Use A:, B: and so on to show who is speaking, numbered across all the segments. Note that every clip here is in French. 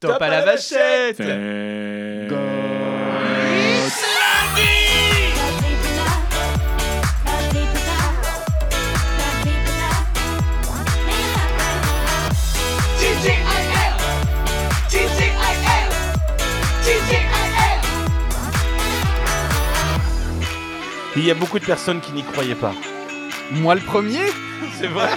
A: Top à la vachette
B: Il y a beaucoup de personnes qui n'y croyaient pas.
A: Moi le premier
B: C'est vrai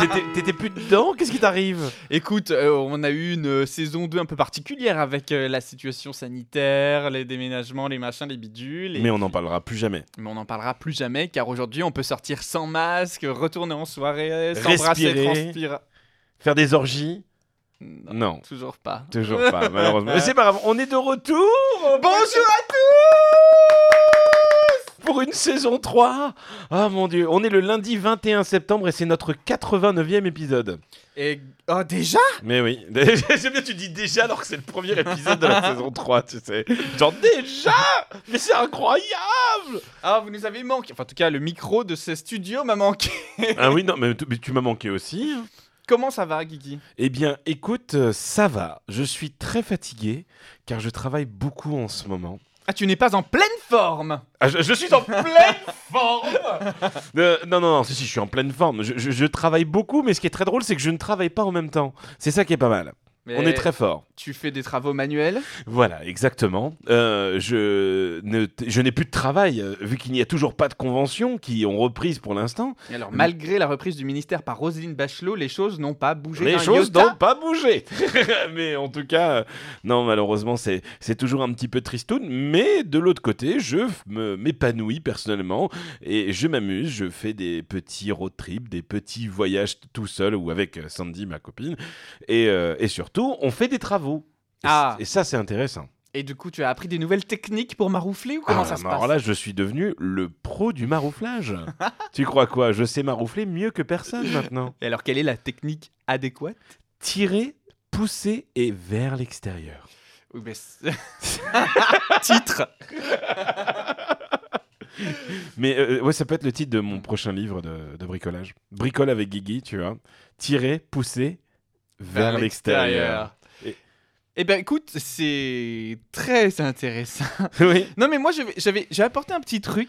B: T'étais- T'étais plus dedans Qu'est-ce qui t'arrive
A: Écoute, euh, on a eu une euh, saison 2 un peu particulière avec euh, la situation sanitaire, les déménagements, les machins, les bidules. et-
B: Mais on n'en parlera plus jamais.
A: Mais on n'en parlera plus jamais car aujourd'hui on peut sortir sans masque, retourner en soirée, s'embrasser,
B: Respirer.
A: transpirer.
B: Faire des orgies
A: Non,
B: Non.
A: toujours pas.
B: Toujours pas, malheureusement. Mais c'est pas grave, on est de retour au
A: Bonjour à
B: pour une saison 3 Ah mon dieu, on est le lundi 21 septembre et c'est notre 89e épisode.
A: Et oh déjà
B: Mais oui, j'aime bien tu dis déjà alors que c'est le premier épisode de la saison 3, tu sais. Genre déjà Mais c'est incroyable
A: Ah vous nous avez manqué. Enfin en tout cas le micro de ce studio m'a manqué.
B: Ah oui, non, mais tu, mais tu m'as manqué aussi. hein.
A: Comment ça va Guigui
B: Eh bien, écoute, euh, ça va. Je suis très fatigué car je travaille beaucoup en ce moment.
A: Ah tu n'es pas en pleine forme.
B: Ah, je, je suis en pleine forme Euh, Non, non, non, si, si, je suis en pleine forme. Je, je- je travaille beaucoup, mais ce qui est très drôle, c'est que je ne travaille pas en même temps. C'est ça qui est pas mal.
A: Mais
B: On est très fort.
A: Tu fais des travaux manuels.
B: Voilà, exactement. Euh, je ne t- je n'ai plus de travail, euh, vu qu'il n'y a toujours pas de conventions qui ont reprise pour l'instant.
A: Et alors malgré la reprise du ministère par Roselyne Bachelot, les choses n'ont pas bougé.
B: Les
A: d'un
B: choses
A: iota.
B: n'ont pas bougé. mais en tout cas, euh, non, malheureusement, c'est c'est toujours un petit peu tristoun. Mais de l'autre côté, je f- me- m'épanouis personnellement et je m'amuse. Je fais des petits road trips, des petits voyages tout seul ou avec euh, Sandy, ma copine. Et, euh, et surtout, on fait des travaux. Et c-
A: Ah.
B: Et ça, c'est intéressant.
A: Et du coup tu as appris des nouvelles techniques pour maroufler ou comment
B: Ah,
A: ça se
B: mais Alors
A: passe
B: là, je suis devenu le pro du marouflage. tu crois quoi Je sais maroufler mieux que personne maintenant.
A: Et alors quelle est la technique adéquate
B: Tirer, pousser et vers l'extérieur.
A: Oui, mais c'est- Titre
B: Mais euh, ouais, ça peut être le titre de mon prochain livre de, de bricolage. Bricole avec Guigui, tu vois. Tirer, pousser vers, l'extérieur. Et-
A: Eh ben écoute, c'est très intéressant.
B: oui.
A: Non mais moi j'avais- j'avais j'ai apporté un petit truc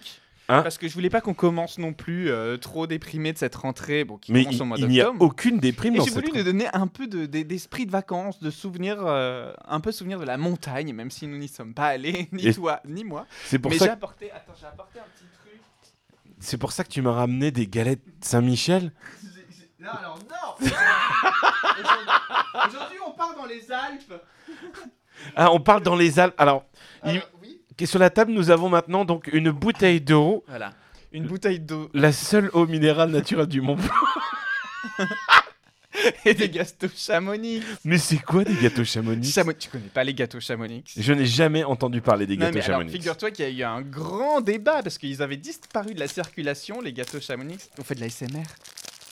B: Hein
A: parce que je voulais pas qu'on commence non plus euh, trop déprimé de cette rentrée bon qui
B: Mais
A: commence
B: il,
A: au mois
B: il n'y a
A: d'octobre.
B: aucune déprime
A: Et
B: dans
A: j'ai
B: cette
A: voulu nous donner un peu de- de- d'esprit de, vacances, de souvenirs, euh, un peu souvenir de la montagne, même si nous n'y sommes pas allés, ni
B: Et-
A: toi, ni moi.
B: C'est pour,
A: mais j'ai
B: ça que-
A: apporté, attends, j'ai apporté un petit truc.
B: c'est pour ça que tu m'as ramené des galettes Saint-Michel
A: J'ai- j'ai- Non, alors non Aujourd'hui- Aujourd'hui, on part dans les Alpes.
B: Ah, on parle dans les Alpes. Alors, il-
A: Alors, oui.
B: qui est sur la table, nous avons maintenant donc une bouteille d'eau,
A: Voilà. Une bouteille d'eau
B: la seule eau minérale naturelle du monde.
A: et des gâteaux Chamonix.
B: Mais c'est quoi des gâteaux Chamonix
A: Chamonix. Tu connais pas les gâteaux Chamonix
B: Je n'ai jamais entendu parler des
A: Non,
B: gâteaux
A: mais alors,
B: Chamonix.
A: Figure-toi qu'il y a eu un grand débat parce qu'ils avaient disparu de la circulation, les gâteaux Chamonix. On fait de la SMR.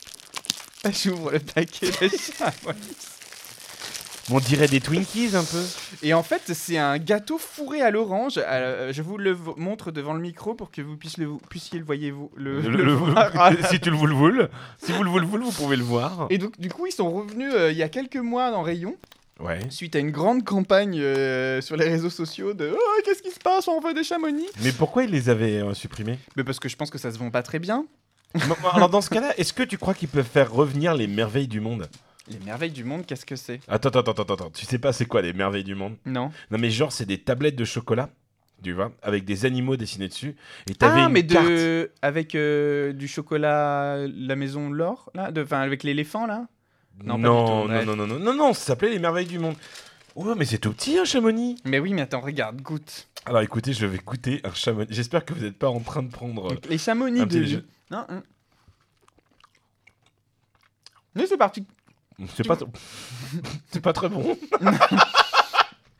A: J'ouvre le paquet de Chamonix.
B: On dirait des Twinkies un peu.
A: Et en fait, c'est un gâteau fourré à l'orange. Euh, je vous le vo- montre devant le micro pour que vous puissiez le, puissiez le voyez vous le,
B: Le-
A: le
B: le-
A: voir.
B: si tu le voulez, voulez. si vous le voulez, voulez, vous pouvez le voir.
A: Et donc, du coup, ils sont revenus euh, il y a quelques mois dans Rayon,
B: Ouais.
A: suite à une grande campagne euh, sur les réseaux sociaux de Oh, qu'est-ce qui se passe On veut des Chamonix
B: Mais pourquoi ils les avaient euh, supprimés
A: Mais parce que je pense que ça se vend pas très bien.
B: Alors dans ce cas-là, est-ce que tu crois qu'ils peuvent faire revenir les merveilles du monde
A: Les merveilles du monde, qu'est-ce que c'est
B: Attends, attends, attends, attends, attends. Tu sais pas c'est quoi les merveilles du monde
A: Non.
B: Non mais genre c'est des tablettes de chocolat, tu vois, avec des animaux dessinés dessus. Et t'avais
A: ah,
B: une
A: mais
B: carte.
A: de... avec euh, du chocolat, euh, la maison l'or, là, de... enfin avec l'éléphant là. Non, pas
B: Non, non,
A: du tout,
B: non,
A: ouais.
B: non, non, non, non, non, ça s'appelait les merveilles du monde. Ouais, mais c'est tout petit un chamonix.
A: Mais oui, mais attends, regarde, goûte.
B: Alors écoutez, je vais goûter un chamonix. J'espère que vous n'êtes pas en train de prendre. euh,
A: Donc, les Chamonix
B: Un petit
A: de.
B: jeu.
A: Non, hein. Mais c'est parti.
B: C'est pas, c'est pas très bon.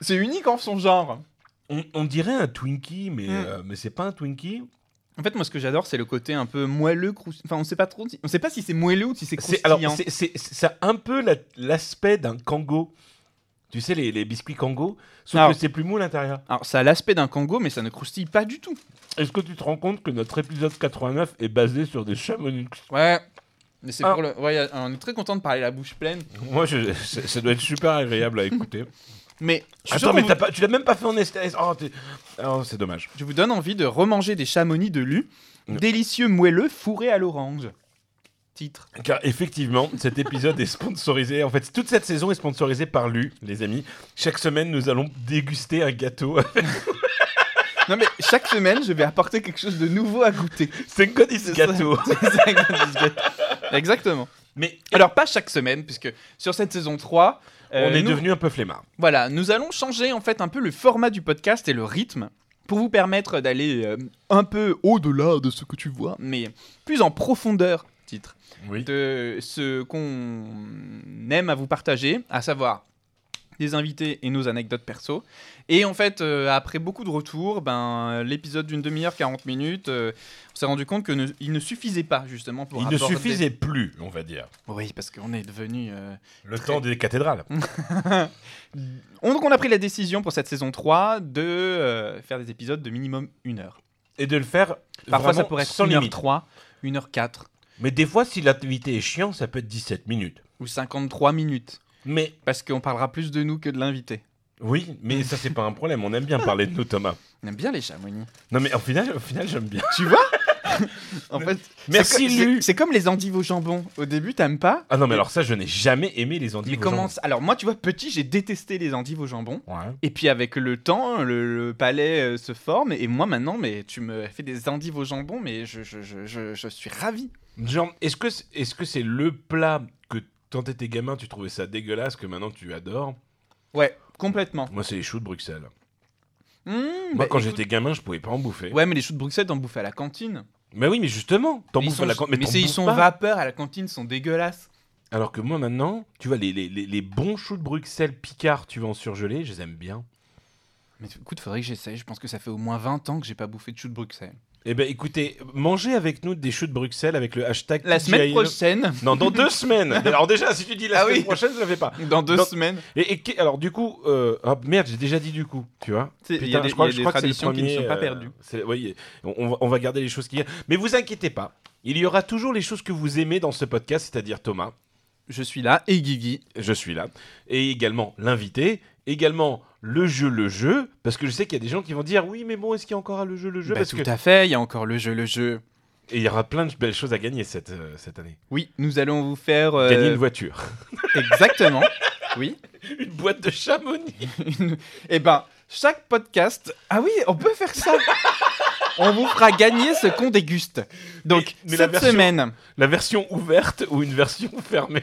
A: C'est unique en son genre.
B: On, on dirait un Twinkie, mais,
A: Mm.
B: euh, mais c'est pas un Twinkie.
A: En fait, moi, ce que j'adore, c'est le côté un peu moelleux, croustillant. Enfin, on sait pas trop. si- On sait pas si c'est moelleux ou si c'est
B: C'est,
A: croustillant.
B: alors, c'est, c'est- c'est- ça a un peu la- l'aspect d'un Kango. Tu sais, les, les biscuits Kango, sauf
A: Alors-
B: que c'est plus mou à l'intérieur.
A: Alors, ça a l'aspect d'un kango, mais ça ne croustille pas du tout.
B: Est-ce que tu te rends compte que notre épisode 89 est basé sur des chamonix
A: Ouais. Mais c'est
B: Ah.
A: pour le. Ouais, on est très content de parler la bouche pleine.
B: Moi, je- ça ça doit être super agréable à écouter.
A: Mais je suis sûr
B: Attends, mais
A: qu'on
B: t'as
A: vous-
B: pas- tu l'as même pas fait en STS. Oh, t'es- oh, c'est dommage.
A: je vous donne envie de remanger des chamonix de Lu,
B: Mm.
A: délicieux moelleux fourrés à l'orange. Titre.
B: Car effectivement, cet épisode est sponsorisé. En fait, toute cette saison est sponsorisée par Lu, les amis. Chaque semaine, nous allons déguster un gâteau.
A: Non mais chaque semaine, je vais apporter quelque chose de nouveau à goûter.
B: c'est Godis
A: C'est ça.
B: gâteau.
A: C'est ça, Godis Gâteau. Exactement.
B: Mais
A: Alors pas chaque semaine, puisque sur cette saison 3, euh,
B: on est
A: nous-
B: devenu un peu flemmard.
A: Voilà, nous allons changer en fait un peu le format du podcast et le rythme pour vous permettre d'aller euh, un peu au-delà de ce que tu vois, mais plus en profondeur, titre,
B: Oui.
A: de ce qu'on aime à vous partager, à savoir des invités et nos anecdotes perso. Et en fait, euh, après beaucoup de retours, ben, l'épisode d'une demi-heure, 40 minutes, euh, on s'est rendu compte que ne- il ne suffisait pas justement pour
B: Il ne
A: aborder-
B: suffisait plus, on va dire.
A: Oui, parce qu'on est devenu... euh,
B: Le temps des cathédrales.
A: Mm. On, donc on a pris la décision pour cette saison 3 de euh, faire des épisodes de minimum 1 heure.
B: Et de le faire
A: Parfois
B: vraiment
A: ça pourrait être
B: sans
A: 1h3,
B: limite.
A: 1h4
B: Mais des fois, si l'activité est chiant, ça peut être 17 minutes.
A: ou 53 minutes.
B: Mais
A: Parce qu'on parlera plus de nous que de l'invité.
B: oui, mais ça, c'est pas un problème. On aime bien parler de nous, Thomas.
A: On aime bien les chamonix.
B: Non, mais au final, au final j'aime bien.
A: Tu vois En fait, c'est
B: Merci,
A: co- c'est-
B: Lu.
A: C'est comme les endives au jambon. Au début, t'aimes pas
B: Ah non, mais alors ça, je n'ai jamais aimé les endives.
A: mais
B: aux
A: comment Alors moi, tu vois, petit, j'ai détesté les endives au jambon.
B: gens. Ouais.
A: Et puis avec le temps, le, le palais euh, se forme. Et moi maintenant, mais tu me fais des endives au jambon, mais je, je- je- je- je suis ravi.
B: Genre, est-ce que c'est- est-ce que c'est le plat que quand t'étais gamin, tu trouvais ça dégueulasse, que maintenant tu adores
A: Ouais, complètement.
B: Moi, c'est les choux de Bruxelles.
A: Mmh,
B: Moi,
A: bah,
B: quand
A: écoute,
B: j'étais gamin, je pouvais pas en bouffer.
A: Ouais, mais les choux de Bruxelles, t'en bouffes à la cantine.
B: Mais oui, mais justement, t'en
A: Mais ils
B: bouffes
A: sont-
B: à la con-
A: Mais,
B: t'en
A: c'est- ils
B: bouffes
A: sont
B: pas.
A: vapeur à la cantine, sont dégueulasses.
B: Alors que moi, maintenant, tu vois, les, les, les, les bons choux de Bruxelles Picard, tu vas en surgeler, je les aime bien.
A: Mais écoute, faudrait que j'essaye. Je pense que ça fait au moins 20 ans que j'ai pas bouffé de choux de Bruxelles.
B: Eh ben, écoutez, mangez avec nous des choux de Bruxelles avec le hashtag
A: La semaine
B: TGIL.
A: prochaine,
B: E. Non, dans deux semaines. Alors déjà, si tu dis la
A: Ah
B: semaine
A: oui.
B: prochaine, je le fais pas.
A: dans deux
B: Dans-
A: semaines,
B: Et, et que- alors du coup, euh, ah, merde, j'ai déjà dit du coup, tu vois.
A: Tu sais, il y a
B: Putain,
A: des-
B: je crois,
A: il y a
B: je
A: des
B: crois que c'est le
A: traditions qui ne
B: premier,
A: sont pas
B: euh,
A: perdues.
B: c'est- oui, on, on va- on va garder les choses qu'il y a. Mais vous inquiétez pas, il y aura toujours les choses que vous aimez dans ce podcast, c'est-à-dire Thomas,
A: je suis là et Guigui.
B: je suis là, et également l'invité, également le jeu, le jeu, parce que je sais qu'il y a des gens qui vont dire oui, mais bon, est-ce qu'il y a encore le jeu, le jeu
A: Bah,
B: Parce
A: tout
B: que
A: à fait, il y a encore le jeu, le jeu.
B: et il y aura plein de belles choses à gagner cette euh, cette année.
A: Oui, nous allons vous faire. euh,
B: Gagner une voiture,
A: Exactement. oui.
B: une boîte de Chamonix.
A: Et ben, chaque podcast. Ah oui, on peut faire ça. on vous fera gagner ce qu'on déguste. Donc,
B: Mais- mais la
A: cette
B: version-
A: semaine.
B: La version ouverte ou une version fermée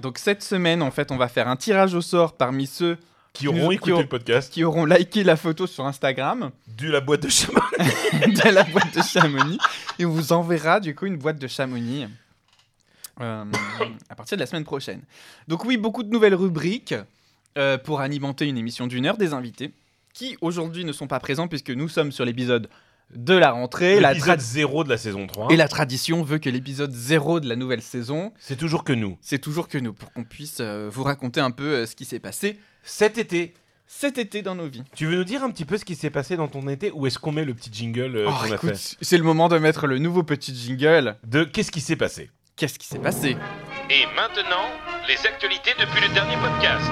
A: Donc, cette semaine, en fait, on va faire un tirage au sort parmi ceux
B: qui
A: Nous-
B: auront
A: qui
B: écouté
A: auront-
B: le podcast.
A: qui auront liké la photo sur Instagram.
B: de la boîte de chemin.
A: de la boîte de Chamonix. Et on vous enverra du coup une boîte de Chamonix euh, à partir de la semaine prochaine. Donc oui, beaucoup de nouvelles rubriques euh, pour alimenter une émission d'une heure des invités qui aujourd'hui ne sont pas présents puisque nous sommes sur l'épisode de la rentrée. La
B: L'épisode
A: trad-
B: zéro de la saison 3.
A: et la tradition veut que l'épisode 0 de la nouvelle saison,
B: C'est toujours que nous.
A: c'est toujours que nous, pour qu'on puisse euh, vous raconter un peu euh, ce qui s'est passé
B: Cet été,
A: cet été dans nos vies.
B: tu veux nous dire un petit peu ce qui s'est passé dans ton été ou est-ce qu'on met le petit jingle euh,
A: Oh,
B: qu'on a
A: écoute,
B: fait
A: c'est le moment de mettre le nouveau petit jingle.
B: De qu'est-ce qui s'est passé
A: Qu'est-ce qui s'est passé
C: Et maintenant, les actualités depuis le dernier podcast.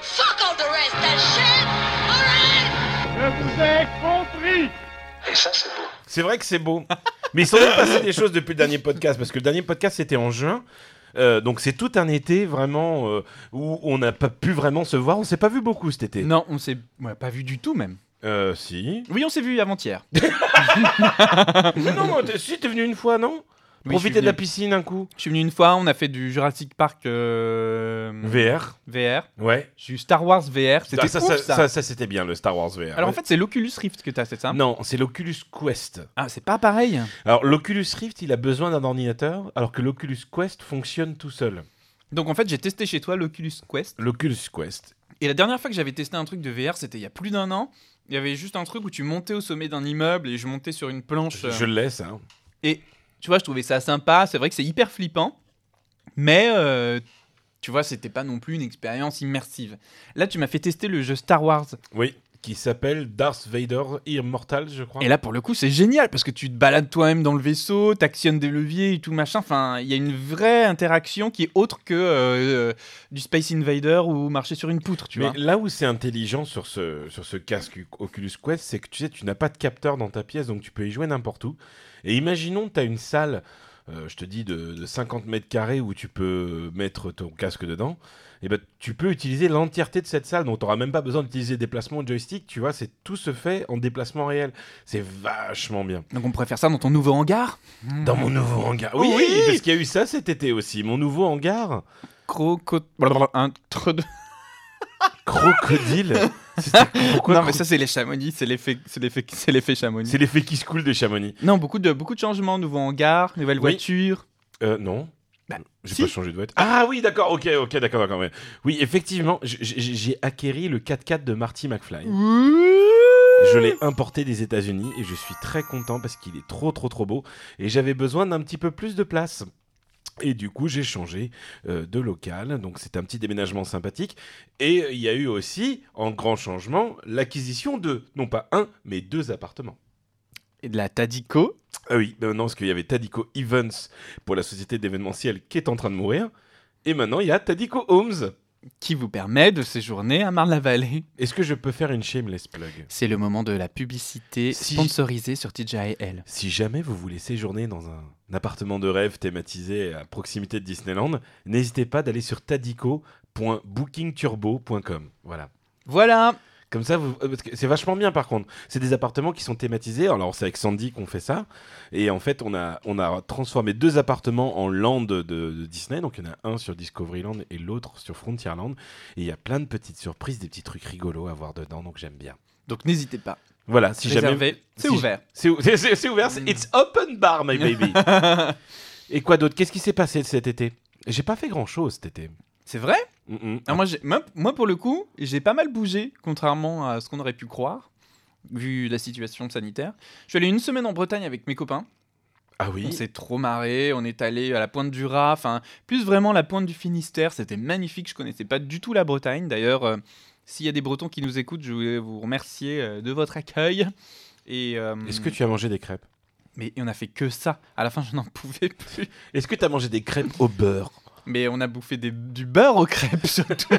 D: Fuck all the rest, that shit! Alright!
C: Et ça, c'est beau.
B: C'est vrai que c'est beau. Mais il s'en est passé des choses depuis le dernier podcast parce que le dernier podcast c'était en juin. Euh, donc c'est tout un été vraiment euh, où on n'a pas pu vraiment se voir. On s'est pas vu beaucoup cet été.
A: Non, on s'est on l'a pas vu du tout même.
B: Euh, si.
A: Oui, on s'est vu avant-hier.
B: Mais non, non, t'es- si t'es venu une fois,
A: Oui,
B: non
A: je suis
B: Profiter
A: venu-
B: de la piscine un coup.
A: Je suis venu une fois, on a fait du Jurassic Park euh,
B: VR.
A: VR.
B: Ouais.
A: J'ai eu Star Wars VR, c'était
B: Ah, ça,
A: ouf, ça.
B: ça, ça, ça, c'était bien le Star Wars VR.
A: Alors en fait, hein. c'est l'Oculus Rift que t'as, c'est ça
B: Non, c'est l'Oculus Quest.
A: Ah, c'est pas pareil.
B: Alors, l'Oculus Rift, il a besoin d'un ordinateur, alors que l'Oculus Quest fonctionne tout seul.
A: Donc en fait, j'ai testé chez toi l'Oculus Quest.
B: L'Oculus Quest.
A: Et la dernière fois que j'avais testé un truc de VR, c'était il y a plus d'un an. Il y avait juste un truc où tu montais au sommet d'un immeuble et je montais sur une planche. euh,
B: Je le laisse, hein.
A: Tu vois, je trouvais ça sympa. C'est vrai que c'est hyper flippant. Mais euh, tu vois, c'était pas non plus une expérience immersive. Là, tu m'as fait tester le jeu Star Wars.
B: Oui. qui s'appelle Darth Vader Immortal, je crois.
A: Et là, pour le coup, c'est génial parce que tu te balades toi-même dans le vaisseau, t'actionnes des leviers et tout machin. Enfin, il y a une vraie interaction qui est autre que euh, euh, du Space Invader ou marcher sur une poutre, tu
B: Mais
A: vois.
B: là où c'est intelligent sur ce, sur ce casque Oculus Quest, c'est que tu sais, tu n'as pas de capteur dans ta pièce, donc tu peux y jouer n'importe où. Et imaginons que tu as une salle, euh, je te dis, de, de 50 mètres carrés où tu peux mettre ton casque dedans. Et ben, tu peux utiliser l'entièreté de cette salle, donc tu n'auras même pas besoin d'utiliser déplacement joystick, tu vois, c'est tout se fait en déplacement réel. C'est vachement bien.
A: Donc on pourrait faire ça dans ton nouveau hangar.
B: Dans mon nouveau hangar. Oui,
A: Oui
B: parce qu'il y a eu ça cet été aussi, mon nouveau hangar.
A: Croco... blablabla, Un, tre- deux.
B: Crocodile. C'était- Pourquoi
A: non, mais ça, c'est les Chamonix, c'est l'effet, c'est l'effet, c'est l'effet Chamonix.
B: C'est l'effet qui se coule des Chamonix.
A: Non, beaucoup de, beaucoup de changements, nouveau hangar, nouvelle
B: Oui.
A: voiture.
B: Euh, non.
A: Bah,
B: j'ai
A: si.
B: pas changé de voiture. Ah oui, d'accord, ok, ok, d'accord, d'accord. ouais. Oui, effectivement, j- j- j'ai acquéri le 4x4 de Marty McFly. Je l'ai importé des États-Unis et je suis très content parce qu'il est trop, trop, trop beau. Et j'avais besoin d'un petit peu plus de place. Et du coup, j'ai changé euh, de local. Donc, c'est un petit déménagement sympathique. Et il y a eu aussi, en grand changement, l'acquisition de, non pas un, mais deux appartements.
A: Et de la Tadico.
B: Ah oui, ben maintenant, parce qu'il y avait Tadico Events pour la société d'événementiel qui est en train de mourir. Et maintenant, il y a Tadico Homes.
A: qui vous permet de séjourner à Marne-la-Vallée.
B: Est-ce que je peux faire une shameless plug
A: C'est le moment de la publicité
B: Si.
A: sponsorisée sur TJL.
B: Si jamais vous voulez séjourner dans un appartement de rêve thématisé à proximité de Disneyland, n'hésitez pas d'aller sur tadico.bookingturbo.com. Voilà.
A: Voilà,
B: Comme ça, vous- euh, parce que c'est vachement bien par contre. C'est des appartements qui sont thématisés. Alors c'est avec Sandy qu'on fait ça. Et en fait, on a, on a transformé deux appartements en land de, de Disney. Donc il y en a un sur Discoveryland et l'autre sur Frontierland. Et il y a plein de petites surprises, des petits trucs rigolos à voir dedans. Donc j'aime bien.
A: donc n'hésitez pas.
B: Voilà, si jamais...
A: Réservez, c'est
B: si-
A: ouvert.
B: C'est ou- c'est- c'est- c'est ouvert, c'est- it's open bar, my baby. et quoi d'autre Qu'est-ce qui s'est passé cet été J'ai pas fait grand-chose cet été.
A: C'est vrai
B: Mm, mm.
A: Alors moi, j'ai- moi, moi, pour le coup, j'ai pas mal bougé, contrairement à ce qu'on aurait pu croire, vu la situation sanitaire. Je suis allé une semaine en Bretagne avec mes copains.
B: Ah
A: On
B: oui
A: s'est trop marré, on est allé à la pointe du Raz, enfin, plus vraiment la pointe du Finistère, c'était magnifique, je connaissais pas du tout la Bretagne. D'ailleurs, euh, s'il y a des Bretons qui nous écoutent, je voulais vous remercier euh, de votre accueil. Et, euh,
B: Est-ce que tu as mangé des crêpes
A: Mais on a fait que ça, à la fin je n'en pouvais plus.
B: Est-ce que tu as mangé des crêpes au beurre
A: Mais on a bouffé des- du beurre aux crêpes surtout.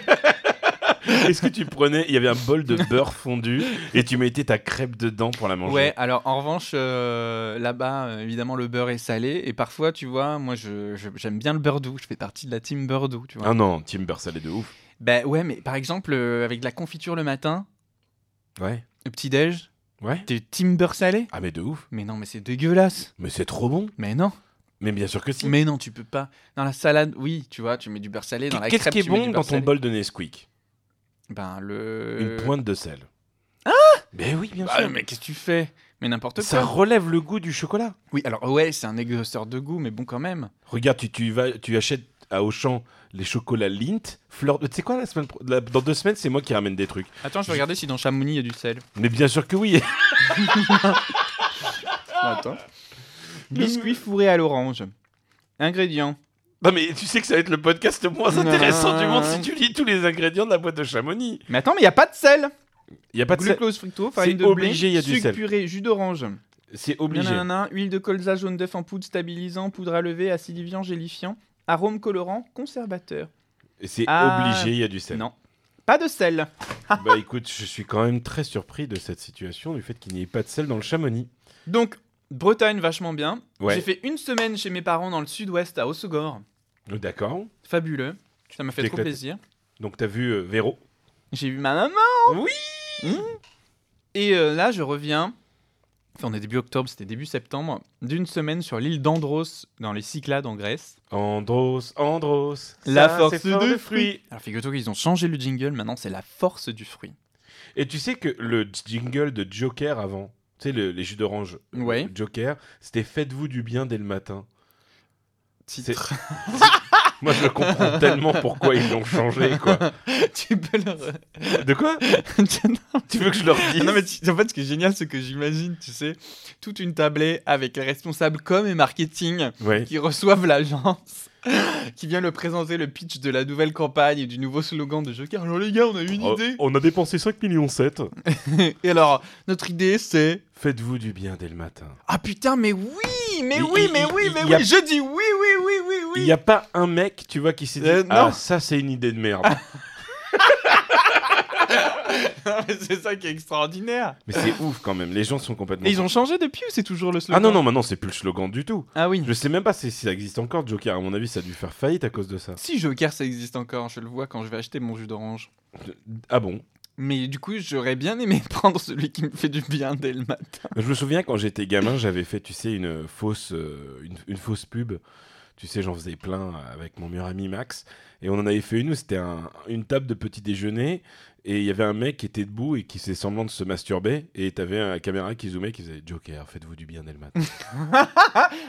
B: Est-ce que tu prenais, il y avait un bol de beurre fondu et tu mettais ta crêpe dedans pour la manger
A: Ouais, alors en revanche, euh, là-bas, euh, évidemment, le beurre est salé. Et parfois, tu vois, moi je- je- j'aime bien le beurre doux, je fais partie de la team beurre doux, tu vois.
B: Ah non, team beurre salé de ouf.
A: Ben ouais, mais par exemple, euh, avec de la confiture le matin,
B: Ouais.
A: le petit-déj.
B: Ouais.
A: T'es timber salé
B: Ah mais de ouf.
A: Mais non, mais c'est dégueulasse.
B: Mais c'est trop bon.
A: Mais non,
B: Mais bien sûr que si.
A: mais non, tu peux pas. Dans la salade, oui, tu vois, tu mets du beurre salé. Dans la
B: Qu'est-ce
A: crêpe,
B: qui est
A: tu mets
B: bon
A: du
B: dans
A: beurre
B: ton
A: salé.
B: bol de Nesquik
A: Ben le.
B: Une pointe de sel. Ah Mais oui, bien
A: Bah,
B: sûr.
A: mais qu'est-ce que tu fais Mais n'importe quoi.
B: Ça relève le goût du chocolat.
A: Oui, alors ouais, c'est un exhausteur de goût, mais bon quand même.
B: Regarde, tu, tu vas, tu achètes à Auchan les chocolats Lint. Fleur... Tu sais quoi, la semaine pro- la- dans deux semaines, c'est moi qui ramène des trucs.
A: Attends, je vais regarder si dans Chamonix il y a du sel.
B: Mais bien sûr que oui. Ah
A: Attends. Biscuit fourré à l'orange. Ingrédients.
B: non mais tu sais que ça va être le podcast le moins intéressant du monde si tu lis tous les ingrédients de la boîte de Chamonix.
A: Mais attends, mais il y a pas de sel.
B: Il y a pas de sel.
A: Glucose, fructose, farine de blé,
B: obligé, il y a du
A: sucre
B: sel.
A: purée, jus d'orange.
B: C'est obligé.
A: Nanana, huile de colza, jaune d'œuf en poudre stabilisant, poudre à lever, acidifiant, gélifiant, arôme colorant, conservateur.
B: Et C'est
A: Ah.
B: obligé, il y a du sel.
A: Non. Pas de sel.
B: Bah écoute, je suis quand même très surpris de cette situation, du fait qu'il n'y ait pas de sel dans le Chamonix.
A: Donc, Bretagne, vachement bien.
B: Ouais.
A: J'ai fait une semaine chez mes parents dans le sud-ouest à Hossegor.
B: D'accord.
A: Fabuleux. Ça m'a fait
B: t'es
A: trop
B: éclaté.
A: plaisir.
B: Donc t'as vu euh, Véro
A: J'ai vu ma maman.
B: Oui
A: Mmh. Et euh, là, je reviens. Enfin, on est début octobre, c'était début septembre. D'une semaine sur l'île d'Andros, dans les Cyclades en Grèce.
B: Andros, Andros.
A: La
B: ça,
A: force
B: c'est fort
A: du
B: de fruit.
A: Alors, figure-toi qu'ils ont changé le jingle. Maintenant, c'est la force du fruit.
B: Et tu sais que le jingle de Joker avant, tu sais, le- les jus d'orange euh,
A: Ouais.
B: Joker, c'était Faites-vous du bien dès le matin.
A: Titre.
B: Moi, je comprends tellement pourquoi ils l'ont changé, quoi.
A: tu peux le.
B: De quoi Tu veux que je leur dise
A: Ah non, mais tu- en fait, ce qui est génial, c'est que j'imagine, tu sais, toute une tablée avec les responsables com et marketing
B: Ouais.
A: qui reçoivent l'agence qui vient le présenter le pitch de la nouvelle campagne et du nouveau slogan de Joker. Alors les gars, on a une idée.
B: Oh, on a dépensé 5 millions 7.
A: Et alors, notre idée c'est
B: Faites-vous du bien dès le matin.
A: Ah putain, mais oui, mais
B: Il-
A: oui,
B: il-
A: mais
B: il-
A: oui,
B: il
A: mais
B: y a-
A: oui, je dis oui, oui, oui, oui,
B: Il
A: oui.
B: n'y a pas un mec, tu vois, qui s'est dit
A: Euh, non. Ah.
B: Ah, ça, c'est une idée de merde.
A: Mais c'est ça qui est extraordinaire.
B: Mais c'est ouf quand même. Les gens sont complètement.
A: Et ils ont changé depuis ou c'est toujours le slogan
B: Ah non, non, maintenant, c'est plus le slogan du tout.
A: Ah oui.
B: Je sais même pas si si ça existe encore, Joker. À mon avis, ça a dû faire faillite à cause de ça.
A: Si Joker ça existe encore, je le vois quand je vais acheter mon jus d'orange.
B: Ah bon
A: Mais du coup, j'aurais bien aimé prendre celui qui me fait du bien dès le matin.
B: Je me souviens quand j'étais gamin, j'avais fait, tu sais, une fausse, euh, une, une fausse pub. Tu sais, j'en faisais plein avec mon meilleur ami Max. Et on en avait fait une où c'était un- une table de petit déjeuner. Et il y avait un mec qui était debout et qui faisait semblant de se masturber. Et t'avais la caméra qui zoomait qui faisait Joker, faites-vous du bien dès le matin.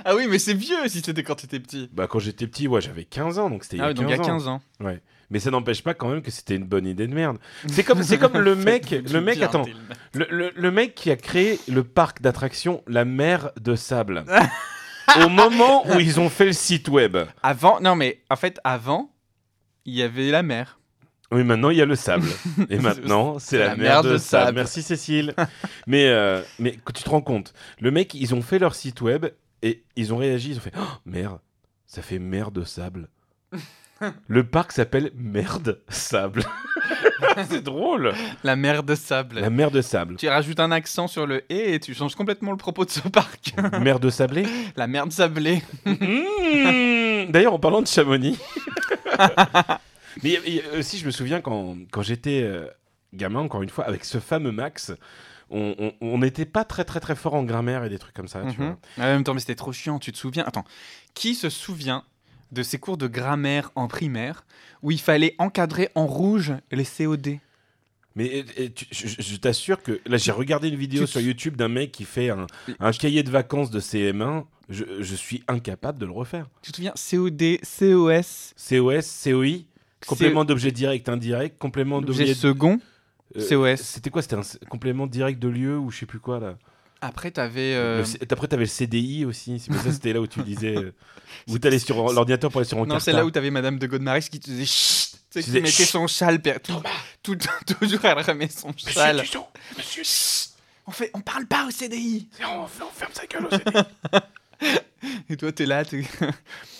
A: Ah oui, mais c'est vieux si c'était quand t'étais petit.
B: bah, quand j'étais petit, ouais, j'avais 15 ans. Donc c'était il y
A: Ah
B: a
A: oui, donc il y a 15 ans.
B: Mais ça n'empêche pas quand même que c'était une bonne idée de merde. C'est comme, c'est comme le mec,
A: Faites-vous du
B: le mec,
A: bien
B: attends,
A: dès le matin.
B: le, le- le mec qui a créé le parc d'attractions La Mer de Sable. Au moment où ils ont fait le site web.
A: Avant, non mais en fait, avant, il y avait la mer.
B: Oui, maintenant il y a le sable. Et maintenant, c'est la, mer de, sable. Merci Cécile. mais euh, mais que tu te rends compte, le mec, ils ont fait leur site web et ils ont réagi, ils ont fait oh, merde, ça fait mer de sable. le parc s'appelle Merde Sable. c'est drôle.
A: La mer de sable.
B: La mer de sable.
A: Tu rajoutes un accent sur le et et tu changes complètement le propos de ce parc.
B: Mer de sablé
A: la mer de sablée.
B: Mmh. D'ailleurs, en parlant de Chamonix. Mais il y a- aussi, je me souviens quand, quand j'étais euh, gamin, encore une fois, avec ce fameux Max, on- on on n'était pas très très très fort en grammaire et des trucs comme ça. tu
A: Mhm.
B: vois.
A: En même temps, mais c'était trop chiant, tu te souviens Attends, qui se souvient de ces cours de grammaire en primaire où il fallait encadrer en rouge les COD
B: Mais euh, et- et tu- je, je- je t'assure que là, j'ai regardé une vidéo
A: Tu-
B: sur YouTube d'un mec qui fait un, un cahier de vacances de CM1. Je, je suis incapable de le refaire.
A: Tu te souviens COD, COS,
B: COS, COI, complément d'objet direct, indirect, complément d'objet.
A: objet second
B: euh,
A: COS.
B: C'était quoi C'était un c- complément direct de lieu ou je sais plus quoi là
A: Après, t'avais.
B: Le
A: euh,
B: C- Après, t'avais le CDI aussi. C'est pour ça c'était là où tu disais. euh, où t'allais sur l'ordinateur pour aller sur
A: Non,
B: Encarta.
A: c'est là où t'avais Madame de Godemaris qui te disait chut, tu sais,
B: Tu
A: qui
B: disais,
A: mettait
B: Chut
A: son châle, per- tout, tout, toujours elle remet son châle. Chut, on fait, on parle pas au CDI.
B: on, ferme sa gueule au CDI.
A: Et toi, t'es là. t'es-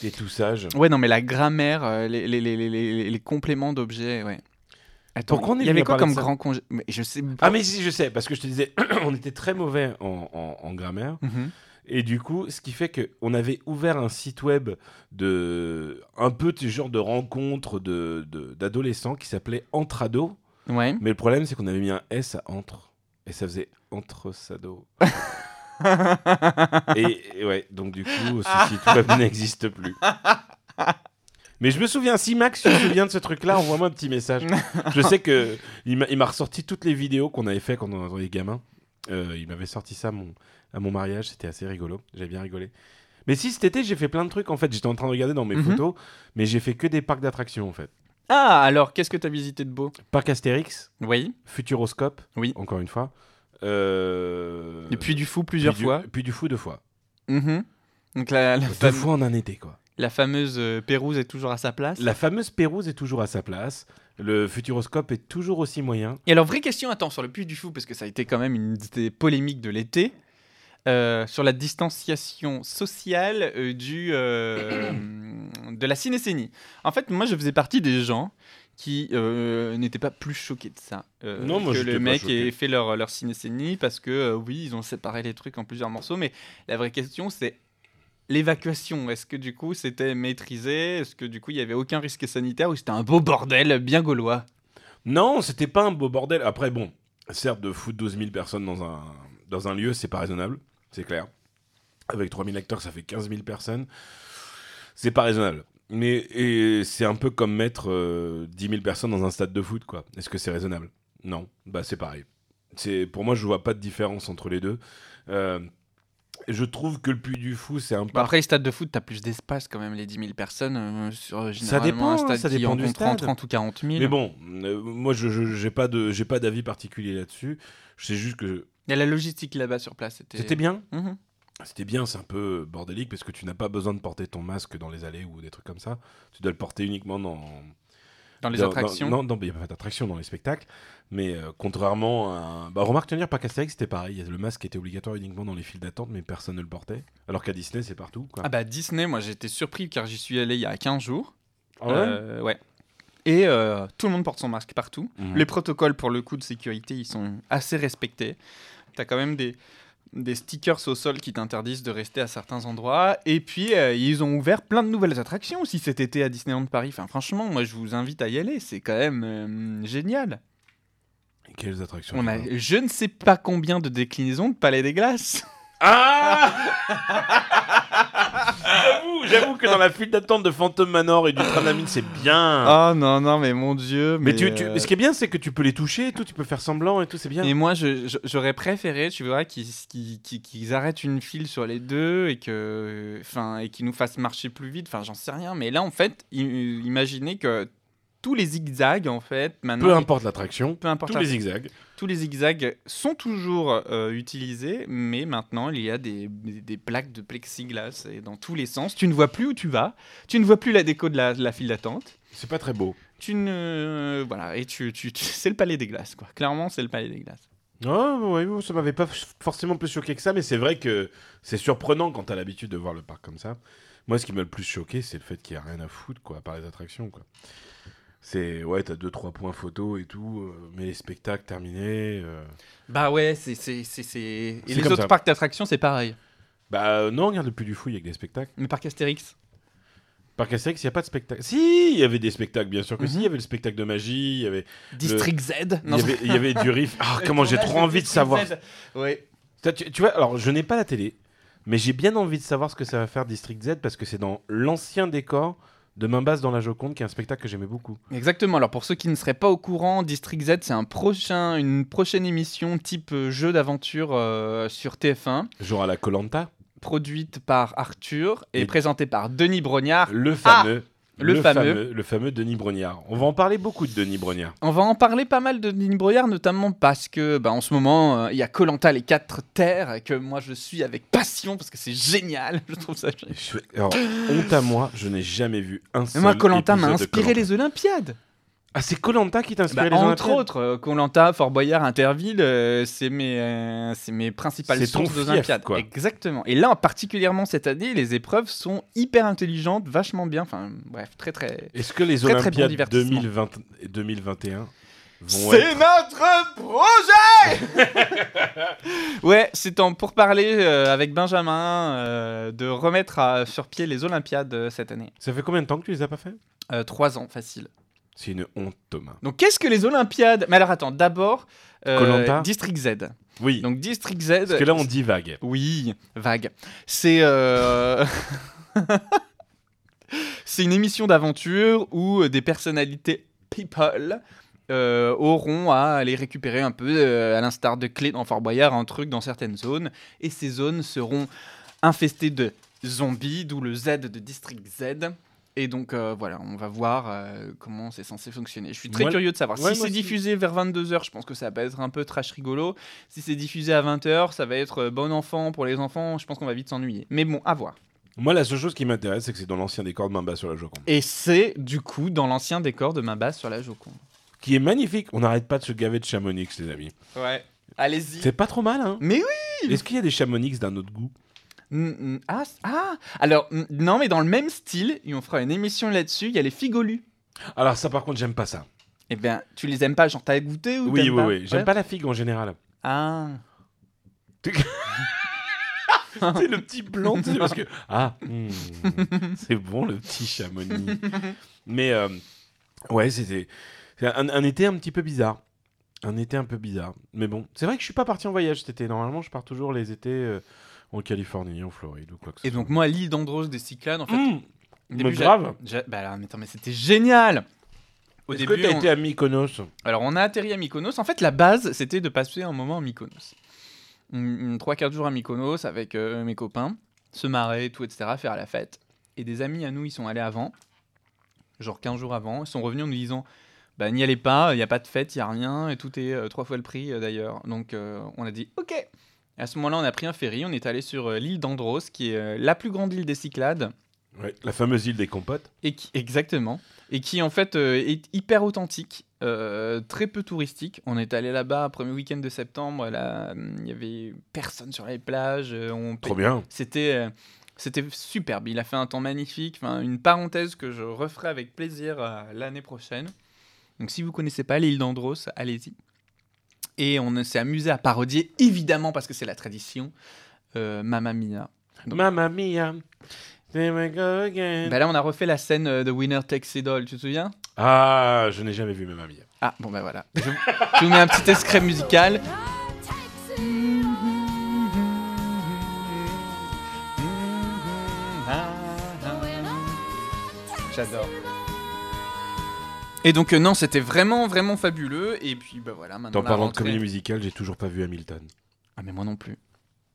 B: T'es tout sage.
A: Ouais, non, mais la grammaire, euh, les, les, les, les, les- les compléments d'objets, ouais. Attends,
B: Pourquoi on est
A: il y
B: venu à
A: avait quoi
B: parler
A: comme
B: de ça
A: grand congé mais Je sais pas.
B: Ah, mais si, je sais, parce que je te disais, on était très mauvais en, en- en grammaire.
A: Mhm.
B: Et du coup, ce qui fait que on avait ouvert un site web de. un peu ce genre de rencontre d'adolescents de, d'adolescents qui s'appelait Entrado.
A: Ouais.
B: Mais le problème, c'est qu'on avait mis un S à entre. Et ça faisait entre sado. et, et ouais, donc du coup, ce site web n'existe plus. Mais je me souviens, si Max, tu te souviens de ce truc-là, envoie-moi un petit message. Je sais que il m'a il m'a ressorti toutes les vidéos qu'on avait fait quand on était gamin. Euh, il m'avait sorti ça à mon, à mon mariage, c'était assez rigolo. J'avais bien rigolé. Mais si cet été, j'ai fait plein de trucs en fait. J'étais en train de regarder dans mes
A: Mhm.
B: photos, mais j'ai fait que des parcs d'attractions en fait.
A: Ah, alors, qu'est-ce que t'as visité de beau
B: Parc Astérix,
A: Oui.
B: Futuroscope,
A: Oui.
B: encore une fois. Euh,
A: Et puis du fou
B: Puy
A: plusieurs
B: du-
A: fois.
B: Puy du fou deux fois.
A: Mhm. Donc la, la,
B: Deux
A: fame-
B: fois en un été, quoi.
A: la fameuse euh, Pérouse est toujours à sa place.
B: La fameuse Pérouse est toujours à sa place. Le Futuroscope est toujours aussi moyen.
A: Et alors, vraie question, attends, sur le Puy du Fou, parce que ça a été quand même une des polémiques de l'été, euh, sur la distanciation sociale euh, du, euh, de la cinéphénie. En fait, moi, je faisais partie des gens qui euh, n'étaient pas plus choqués de ça. euh,
B: Non, moi,
A: que
B: j'étais
A: le
B: pas
A: mec
B: choqué.
A: ait fait leur, leur cinécénie, parce que, euh, oui, ils ont séparé les trucs en plusieurs morceaux, mais la vraie question, c'est l'évacuation. Est-ce que, du coup, c'était maîtrisé Est-ce que, du coup, il n'y avait aucun risque sanitaire Ou c'était un beau bordel bien gaulois
B: Non, c'était pas un beau bordel. Après, bon, certes, de foutre 12 000 personnes dans un, dans un lieu, c'est pas raisonnable, c'est clair. Avec 3 000 acteurs, ça fait 15 000 personnes. C'est pas raisonnable. Mais et c'est un peu comme mettre euh, 10 000 personnes dans un stade de foot, quoi. Est-ce que c'est raisonnable Non, bah c'est pareil. C'est Pour moi, je vois pas de différence entre les deux. Euh, je trouve que le Puy du Fou, c'est un
A: Bah
B: parc
A: après, les stades de foot, t'as plus d'espace quand même, les 10 000 personnes. euh, sur, euh, généralement,
B: dépend,
A: un stade
B: ça
A: qui
B: dépend
A: en
B: du
A: comprend
B: stade.
A: 30 ou 40 000.
B: Mais bon, euh, moi, je je- j'ai pas de j'ai pas d'avis particulier là-dessus. Je sais juste que
A: Il y a la logistique là-bas sur place. C'était
B: c'était bien.
A: Mhm.
B: C'était bien, c'est un peu bordélique parce que tu n'as pas besoin de porter ton masque dans les allées ou des trucs comme ça. Tu dois le porter uniquement dans,
A: Dans les
B: dans-
A: attractions.
B: dans- non, non, il n'y a pas d'attraction dans les spectacles. Mais euh, contrairement à. Bah, remarque, tenir par Castex, c'était pareil. Le masque était obligatoire uniquement dans les files d'attente, mais personne ne le portait. Alors qu'à Disney, c'est partout. Quoi.
A: Ah bah Disney, moi j'étais surpris car j'y suis allé il y a 15 jours.
B: Ah ouais
A: Euh, ouais. Et euh, tout le monde porte son masque partout.
B: Mhm.
A: Les protocoles pour le coup de sécurité, ils sont assez respectés. T'as quand même des, des stickers au sol qui t'interdisent de rester à certains endroits. Et puis, euh, ils ont ouvert plein de nouvelles attractions aussi cet été à Disneyland Paris. Enfin, franchement, moi, je vous invite à y aller. C'est quand même euh, génial.
B: Et Quelles attractions
A: On a
B: tu vois
A: je ne sais pas combien de déclinaisons de Palais des Glaces.
B: Ah J'avoue, J'avoue que dans la file d'attente de Phantom Manor et du Train d'Amine, c'est bien.
A: Oh non, non, mais mon Dieu.
B: Ah. Mais, tu, tu-
A: euh,
B: mais ce qui est bien, c'est que tu peux les toucher et tout, tu peux faire semblant et tout, c'est bien.
A: Et moi, je- je- j'aurais préféré, tu vois, qu'ils qu'ils- qu'ils- qu'ils arrêtent une file sur les deux et que, enfin, et qu'ils nous fassent marcher plus vite. Enfin, j'en sais rien. Mais là, en fait, i- imaginez que tous les zigzags, en fait, maintenant,
B: Peu importe l'attraction,
A: peu importe
B: tous
A: la-
B: les zigzags.
A: tous les zigzags sont toujours euh, utilisés, mais maintenant, il y a des, des- des plaques de plexiglas et dans tous les sens. Tu ne vois plus où tu vas. Tu ne vois plus la déco de la, de la file d'attente.
B: C'est pas très beau.
A: Tu ne, euh, voilà, et tu, tu- tu- c'est le palais des glaces, quoi. Clairement, c'est le palais des glaces.
B: Ah, ouais, ouais, ça m'avait pas f- forcément plus choqué que ça, mais c'est vrai que c'est surprenant quand t'as l'habitude de voir le parc comme ça. Moi, ce qui m'a le plus choqué, c'est le fait qu'il n'y a rien à foutre, quoi, à part les attractions, quoi. C'est, ouais, t'as deux, trois points photo et tout, euh, mais les spectacles terminés. euh.
A: Bah ouais, c'est. c'est- c'est- c'est- Et
B: C'est
A: les
B: comme
A: autres
B: ça.
A: parcs d'attractions, c'est pareil.
B: Bah, euh, non, regarde le plus du fou, il y a que des spectacles.
A: Mais parc Astérix.
B: Parc Astérix, il n'y a pas de spectacle. Si, il y avait des spectacles, bien sûr que si.
A: Mhm.
B: Il y avait le spectacle de magie, il y avait,
A: District Z.
B: il y avait, il y avait du riff. Ah, comment j'ai trop envie de savoir
A: Ouais.
B: Ça, tu, tu vois, alors je n'ai pas la télé, mais j'ai bien envie de savoir ce que ça va faire District Z parce que c'est dans l'ancien décor de Main Basse dans la Joconde, qui est un spectacle que j'aimais beaucoup.
A: Exactement. Alors pour ceux qui ne seraient pas au courant, District Z, c'est un prochain, une prochaine émission type euh, jeu d'aventure euh, sur TF1,
B: Genre à la Colanta,
A: produite par Arthur et,
B: Et-
A: présentée par Denis Brognard.
B: le fameux.
A: le fameux.
B: Ah. Le fameux Denis Brognard. On va en parler beaucoup de Denis Brognard.
A: On va en parler pas mal de Denis Brognard, notamment parce que bah, en ce moment, euh, il y a Colanta les quatre terres et que moi je suis avec passion parce que c'est génial. Je trouve ça génial.
B: Et je- alors, honte à moi, je n'ai jamais vu un
A: Mais
B: seul.
A: moi, Colanta m'a
B: épisode de
A: inspiré
B: Koh-Lanta.
A: les Olympiades.
B: Ah, c'est Colanta qui t'a
A: Bah,
B: inspiré les
A: entre
B: Olympiades
A: autres, Colanta, Fort Boyard, Interville, euh, c'est mes, euh, c'est mes principales
B: C'est ton
A: sources
B: fief,
A: d'Olympiades.
B: quoi.
A: Exactement. Et là, particulièrement cette année, les épreuves sont hyper intelligentes, vachement bien. Enfin, bref, très très.
B: Est-ce que les
A: Très, très bon
B: Olympiades
A: divertissement.
B: 2020 et 2021 vont
A: C'est
B: être.
A: notre projet Ouais, c'est temps pour parler euh, avec Benjamin euh, de remettre à- sur pied les Olympiades euh, cette année.
B: Ça fait combien de temps que tu les as pas fait
A: Euh, trois ans, facile.
B: C'est une honte, Thomas.
A: Donc, qu'est-ce que les Olympiades Mais alors, attends, d'abord, euh,
B: Koh-Lanta
A: District Z.
B: Oui.
A: Donc District Z.
B: Parce que là, on divague.
A: Oui, vague. C'est. euh, C'est une émission d'aventure où euh, des personnalités people euh, auront à aller récupérer un peu, euh, à l'instar de clés dans Fort Boyard, un truc dans certaines zones. Et ces zones seront infestées de zombies, d'où le Z de District Z. Et donc euh, voilà, on va voir euh, comment c'est censé fonctionner. Je suis très
B: Moi-
A: curieux de savoir.
B: Ouais, moi
A: si c'est
B: aussi.
A: diffusé vers 22h, je pense que ça va être un peu trash rigolo. Si c'est diffusé à 20h, ça va être euh, bon enfant pour les enfants. Je pense qu'on va vite s'ennuyer. Mais bon, à voir.
B: Moi, la seule chose qui m'intéresse, c'est que c'est dans l'ancien décor de main basse sur la Joconde.
A: Et c'est du coup dans l'ancien décor de ma base sur la Joconde.
B: Qui est magnifique. On n'arrête pas de se gaver de Chamonix, les amis.
A: Ouais. Allez-y.
B: C'est pas trop mal, hein
A: Mais
B: Est-ce qu'il y a des Chamonix d'un autre goût
A: Mm, mm, ah, c- ah Alors, mm, non, mais dans le même style, et on fera une émission là-dessus, il y a les figolus.
B: Alors, ça, par contre, j'aime pas ça.
A: Eh bien, tu les aimes pas, genre t'as goûté ou
B: Oui, oui,
A: t'aimes pas
B: oui. J'aime
A: Ouais.
B: pas la figue en général.
A: Ah. Ah.
B: c'est le petit blanc, tu sais, parce que. Ah hmm, C'est bon, le petit Chamonix. Mais, euh, ouais, c'était. c'est Un, un été un petit peu bizarre. Un été un peu bizarre. Mais bon, c'est vrai que je suis pas parti en voyage cet été. Normalement, je pars toujours les étés euh, en Californie, en Floride ou quoi que ce
A: Et donc, moi, l'île d'Andros des Cyclades, en fait.
B: soit. Hmm,
A: au
B: mais
A: début, j'a-
B: grave.
A: j'a- Bah, alors, mais attends, mais c'était génial Au
B: Est-ce
A: début,
B: que t'as
A: on-
B: été à Mykonos
A: Alors, on a atterri à Mykonos. En fait, la base, c'était de passer un moment à Mykonos. 3-4 jours à Mykonos avec euh, mes copains, se marrer, tout, etc., faire la fête. Et des amis à nous, ils sont allés avant, genre 15 jours avant. Ils sont revenus en nous disant Bah, n'y allez pas, il n'y a pas de fête, il n'y a rien, et tout est euh, trois fois le prix euh, d'ailleurs. Donc, euh, on a dit Ok Et à ce moment-là, on a pris un ferry, on est allé sur euh, l'île d'Andros, qui est euh, la plus grande île des Cyclades,
B: Ouais, la fameuse île des compotes.
A: et qui, exactement, et qui en fait euh, est hyper authentique, euh, très peu touristique. On est allé là-bas, premier week-end de septembre, là, hum, il y avait personne sur les plages, euh, on
B: Trop bien.
A: C'était euh, c'était superbe. Il a fait un temps magnifique. Enfin, une parenthèse que je referai avec plaisir euh, l'année prochaine. Donc, si vous connaissez pas l'île d'Andros, allez-y. Et on euh, s'est amusé à parodier, évidemment, parce que c'est la tradition, euh, Mamma Mia. Donc-
B: Mamma mia. There we go again.
A: Bah là, on a refait la scène euh, de Winner Takes It All, tu te souviens
B: Ah, je n'ai jamais vu Mamma mia.
A: Ah, bon, bah voilà. Je, je vous mets un petit extrait musical. J'adore. Et donc euh, non, c'était vraiment vraiment fabuleux. Et puis bah voilà, maintenant
B: En
A: la
B: parlant de
A: rentrée-
B: comédie musicale, j'ai toujours pas vu Hamilton.
A: Ah mais moi non plus.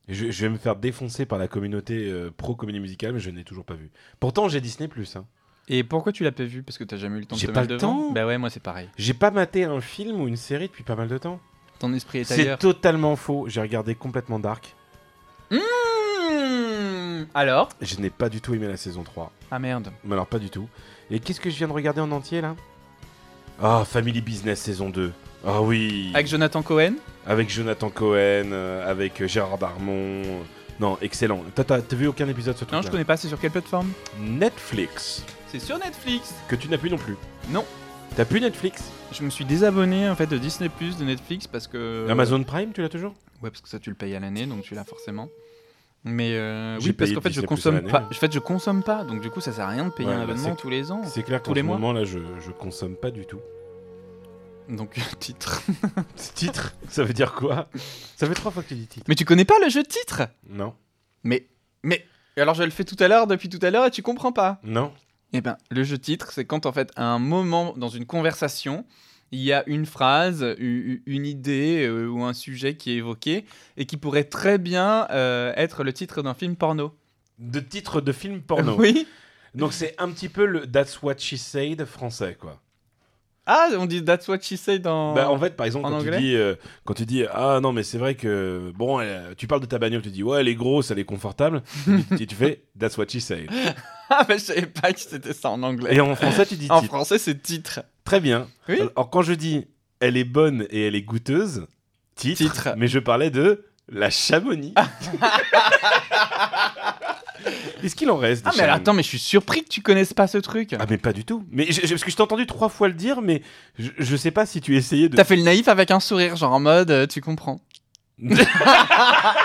B: Et Je, je vais me faire défoncer par la communauté euh, pro comédie musicale, mais je n'ai toujours pas vu. Pourtant, j'ai Disney Plus. hein.
A: Et pourquoi tu l'as pas vu Parce que t'as jamais eu le temps de
B: J'ai
A: te
B: pas
A: mettre
B: le
A: devant.
B: temps.
A: Bah ouais, moi c'est pareil.
B: J'ai pas maté un film ou une série depuis pas mal de temps.
A: Ton esprit est
B: C'est
A: ailleurs.
B: totalement faux. J'ai regardé complètement Dark.
A: Mmh Alors
B: Je n'ai pas du tout aimé la saison 3.
A: Ah merde.
B: Mais alors, pas du tout. Et qu'est-ce que je viens de regarder en entier là Ah, Family Business saison 2. Ah oui.
A: Avec Jonathan Cohen
B: Avec Jonathan Cohen, euh, avec euh, Gérard Darmon. Non, excellent. T'as- T'as t'as vu aucun épisode de ce truc
A: Non, je connais pas. C'est sur quelle plateforme
B: Netflix,
A: C'est sur Netflix.
B: que tu n'as plus non plus.
A: Non.
B: T'as plus Netflix
A: Je me suis désabonné en fait de Disney Plus, de Netflix parce que.
B: Amazon Prime, tu l'as toujours
A: Ouais, parce que ça tu le payes à l'année, donc tu l'as forcément. Mais euh,
B: J'ai
A: oui, parce
B: payé
A: qu'en fait je
B: Disney+ à
A: consomme
B: l'année,
A: pas.
B: hein.
A: En fait je consomme pas, donc du coup ça sert à rien de payer
B: Ouais,
A: un
B: bah,
A: abonnement
B: c'est-
A: tous les ans.
B: C'est clair
A: Tous
B: qu'en
A: les
B: ce
A: mois
B: moment là, je, je consomme pas du tout.
A: Donc titre.
B: Ce titre, ça veut dire quoi Ça fait trois fois que tu dis titre.
A: Mais tu connais pas le jeu de titre
B: Non.
A: Mais mais alors je le fais tout à l'heure depuis tout à l'heure et tu comprends pas.
B: Non.
A: Eh ben le jeu de titre c'est quand en fait à un moment dans une conversation il y a une phrase, u- u- une idée euh, ou un sujet qui est évoqué et qui pourrait très bien euh, être le titre d'un film porno.
B: De titre de film porno.
A: Oui.
B: Donc c'est un petit peu le That's What She Said français, quoi.
A: Ah on dit that's what she said dans.
B: Bah, en fait, par exemple,
A: en
B: quand tu,
A: anglais
B: dis, euh, quand tu dis Ah non, mais c'est vrai que. Bon, elle- tu parles de ta bagnole, tu dis Ouais, elle est grosse, elle est confortable. et, tu, et tu fais That's What She Said.
A: Ah bah je savais pas que c'était ça en anglais.
B: Et en français, tu dis
A: en
B: titre.
A: français c'est titre. Euh,
B: Très bien.
A: Oui.
B: Alors quand je dis elle est bonne et elle est goûteuse, titre,
A: Titre. Ah.
B: mais je parlais de la Chamonix. Est-ce qu'il en reste des
A: Ah mais alors,
B: Chamonix
A: attends mais je suis surpris que tu connaisses pas ce truc.
B: Ah mais pas du tout. Mais j'ai- j'ai- parce que je t'ai entendu trois fois le dire, mais je, je sais pas si tu essayais de.
A: T'as fait le naïf avec un sourire genre en mode euh, tu comprends.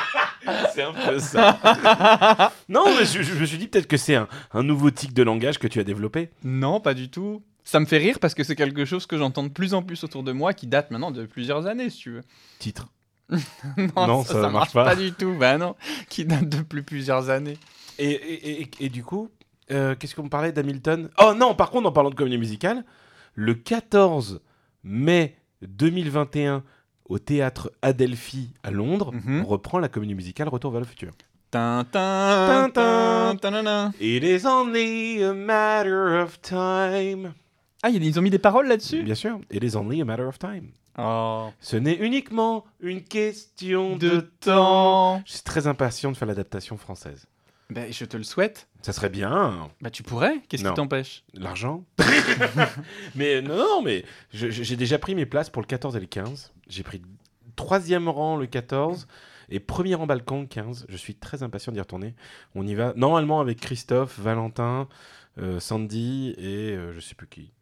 B: C'est un peu ça. non, mais je, je me suis dit peut-être que c'est un, un nouveau tic de langage que tu as développé.
A: Non, pas du tout. Ça me fait rire parce que c'est quelque chose que j'entends de plus en plus autour de moi qui date maintenant de plusieurs années, si tu veux.
B: Titre.
A: non,
B: Non, ça marche pas.
A: du tout, bah non, qui date de plus plusieurs années.
B: Et, et- et- et du coup, euh, qu'est-ce qu'on parlait d'Hamilton Oh non, par contre, en parlant de comédie musicale, le 14 mai 2021, au théâtre Adelphi à Londres,
A: Mhm.
B: on reprend la comédie musicale Retour vers le futur.
A: Tintin,
B: Tintin.
A: tintin.
B: It is only a matter of time.
A: Ah, y a- ils ont mis des paroles là-dessus
B: Bien sûr, it is only a matter of time.
A: Oh.
B: Ce n'est uniquement une question de,
A: De
B: temps.
A: temps.
B: Je suis très impatient de faire l'adaptation française.
A: Bah, je te le souhaite.
B: Ça serait bien.
A: Bah, tu pourrais. Qu'est-ce
B: Non.
A: qui t'empêche
B: L'argent Mais non, non, mais je- je- j'ai déjà pris mes places pour le 14 et le 15. J'ai pris troisième rang le 14 et premier rang balcon le 15. Je suis très impatient d'y retourner. On y va normalement avec Christophe, Valentin, euh, Sandy et euh, je sais plus qui.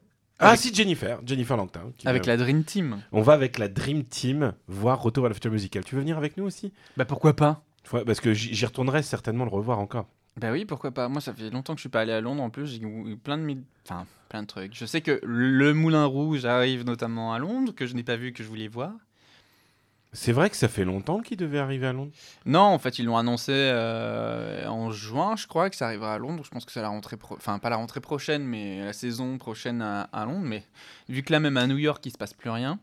B: Ah
A: Avec-
B: si, Jennifer, Jennifer Langtin. qui
A: Avec
B: va-
A: la Dream Team.
B: On va avec la Dream Team voir Retour à la future musicale. Tu veux venir avec nous aussi
A: Bah, pourquoi pas
B: Ouais, Parce que j'y j'y retournerai certainement le revoir encore.
A: Bah oui, pourquoi pas. Moi, ça fait longtemps que je suis pas allé à Londres. En plus, j'ai eu plein de, mille- enfin, plein de trucs. Je sais que le Moulin Rouge arrive notamment à Londres, que je n'ai pas vu, que je voulais voir.
B: C'est vrai que ça fait longtemps qu'il devait arriver à Londres.
A: Non, en fait, ils l'ont annoncé euh, en juin, je crois, que ça arrivera à Londres. Je pense que c'est la rentrée, pro- enfin pas la rentrée prochaine, mais la saison prochaine à, à Londres. Mais vu que là, même à New York, il se passe plus rien.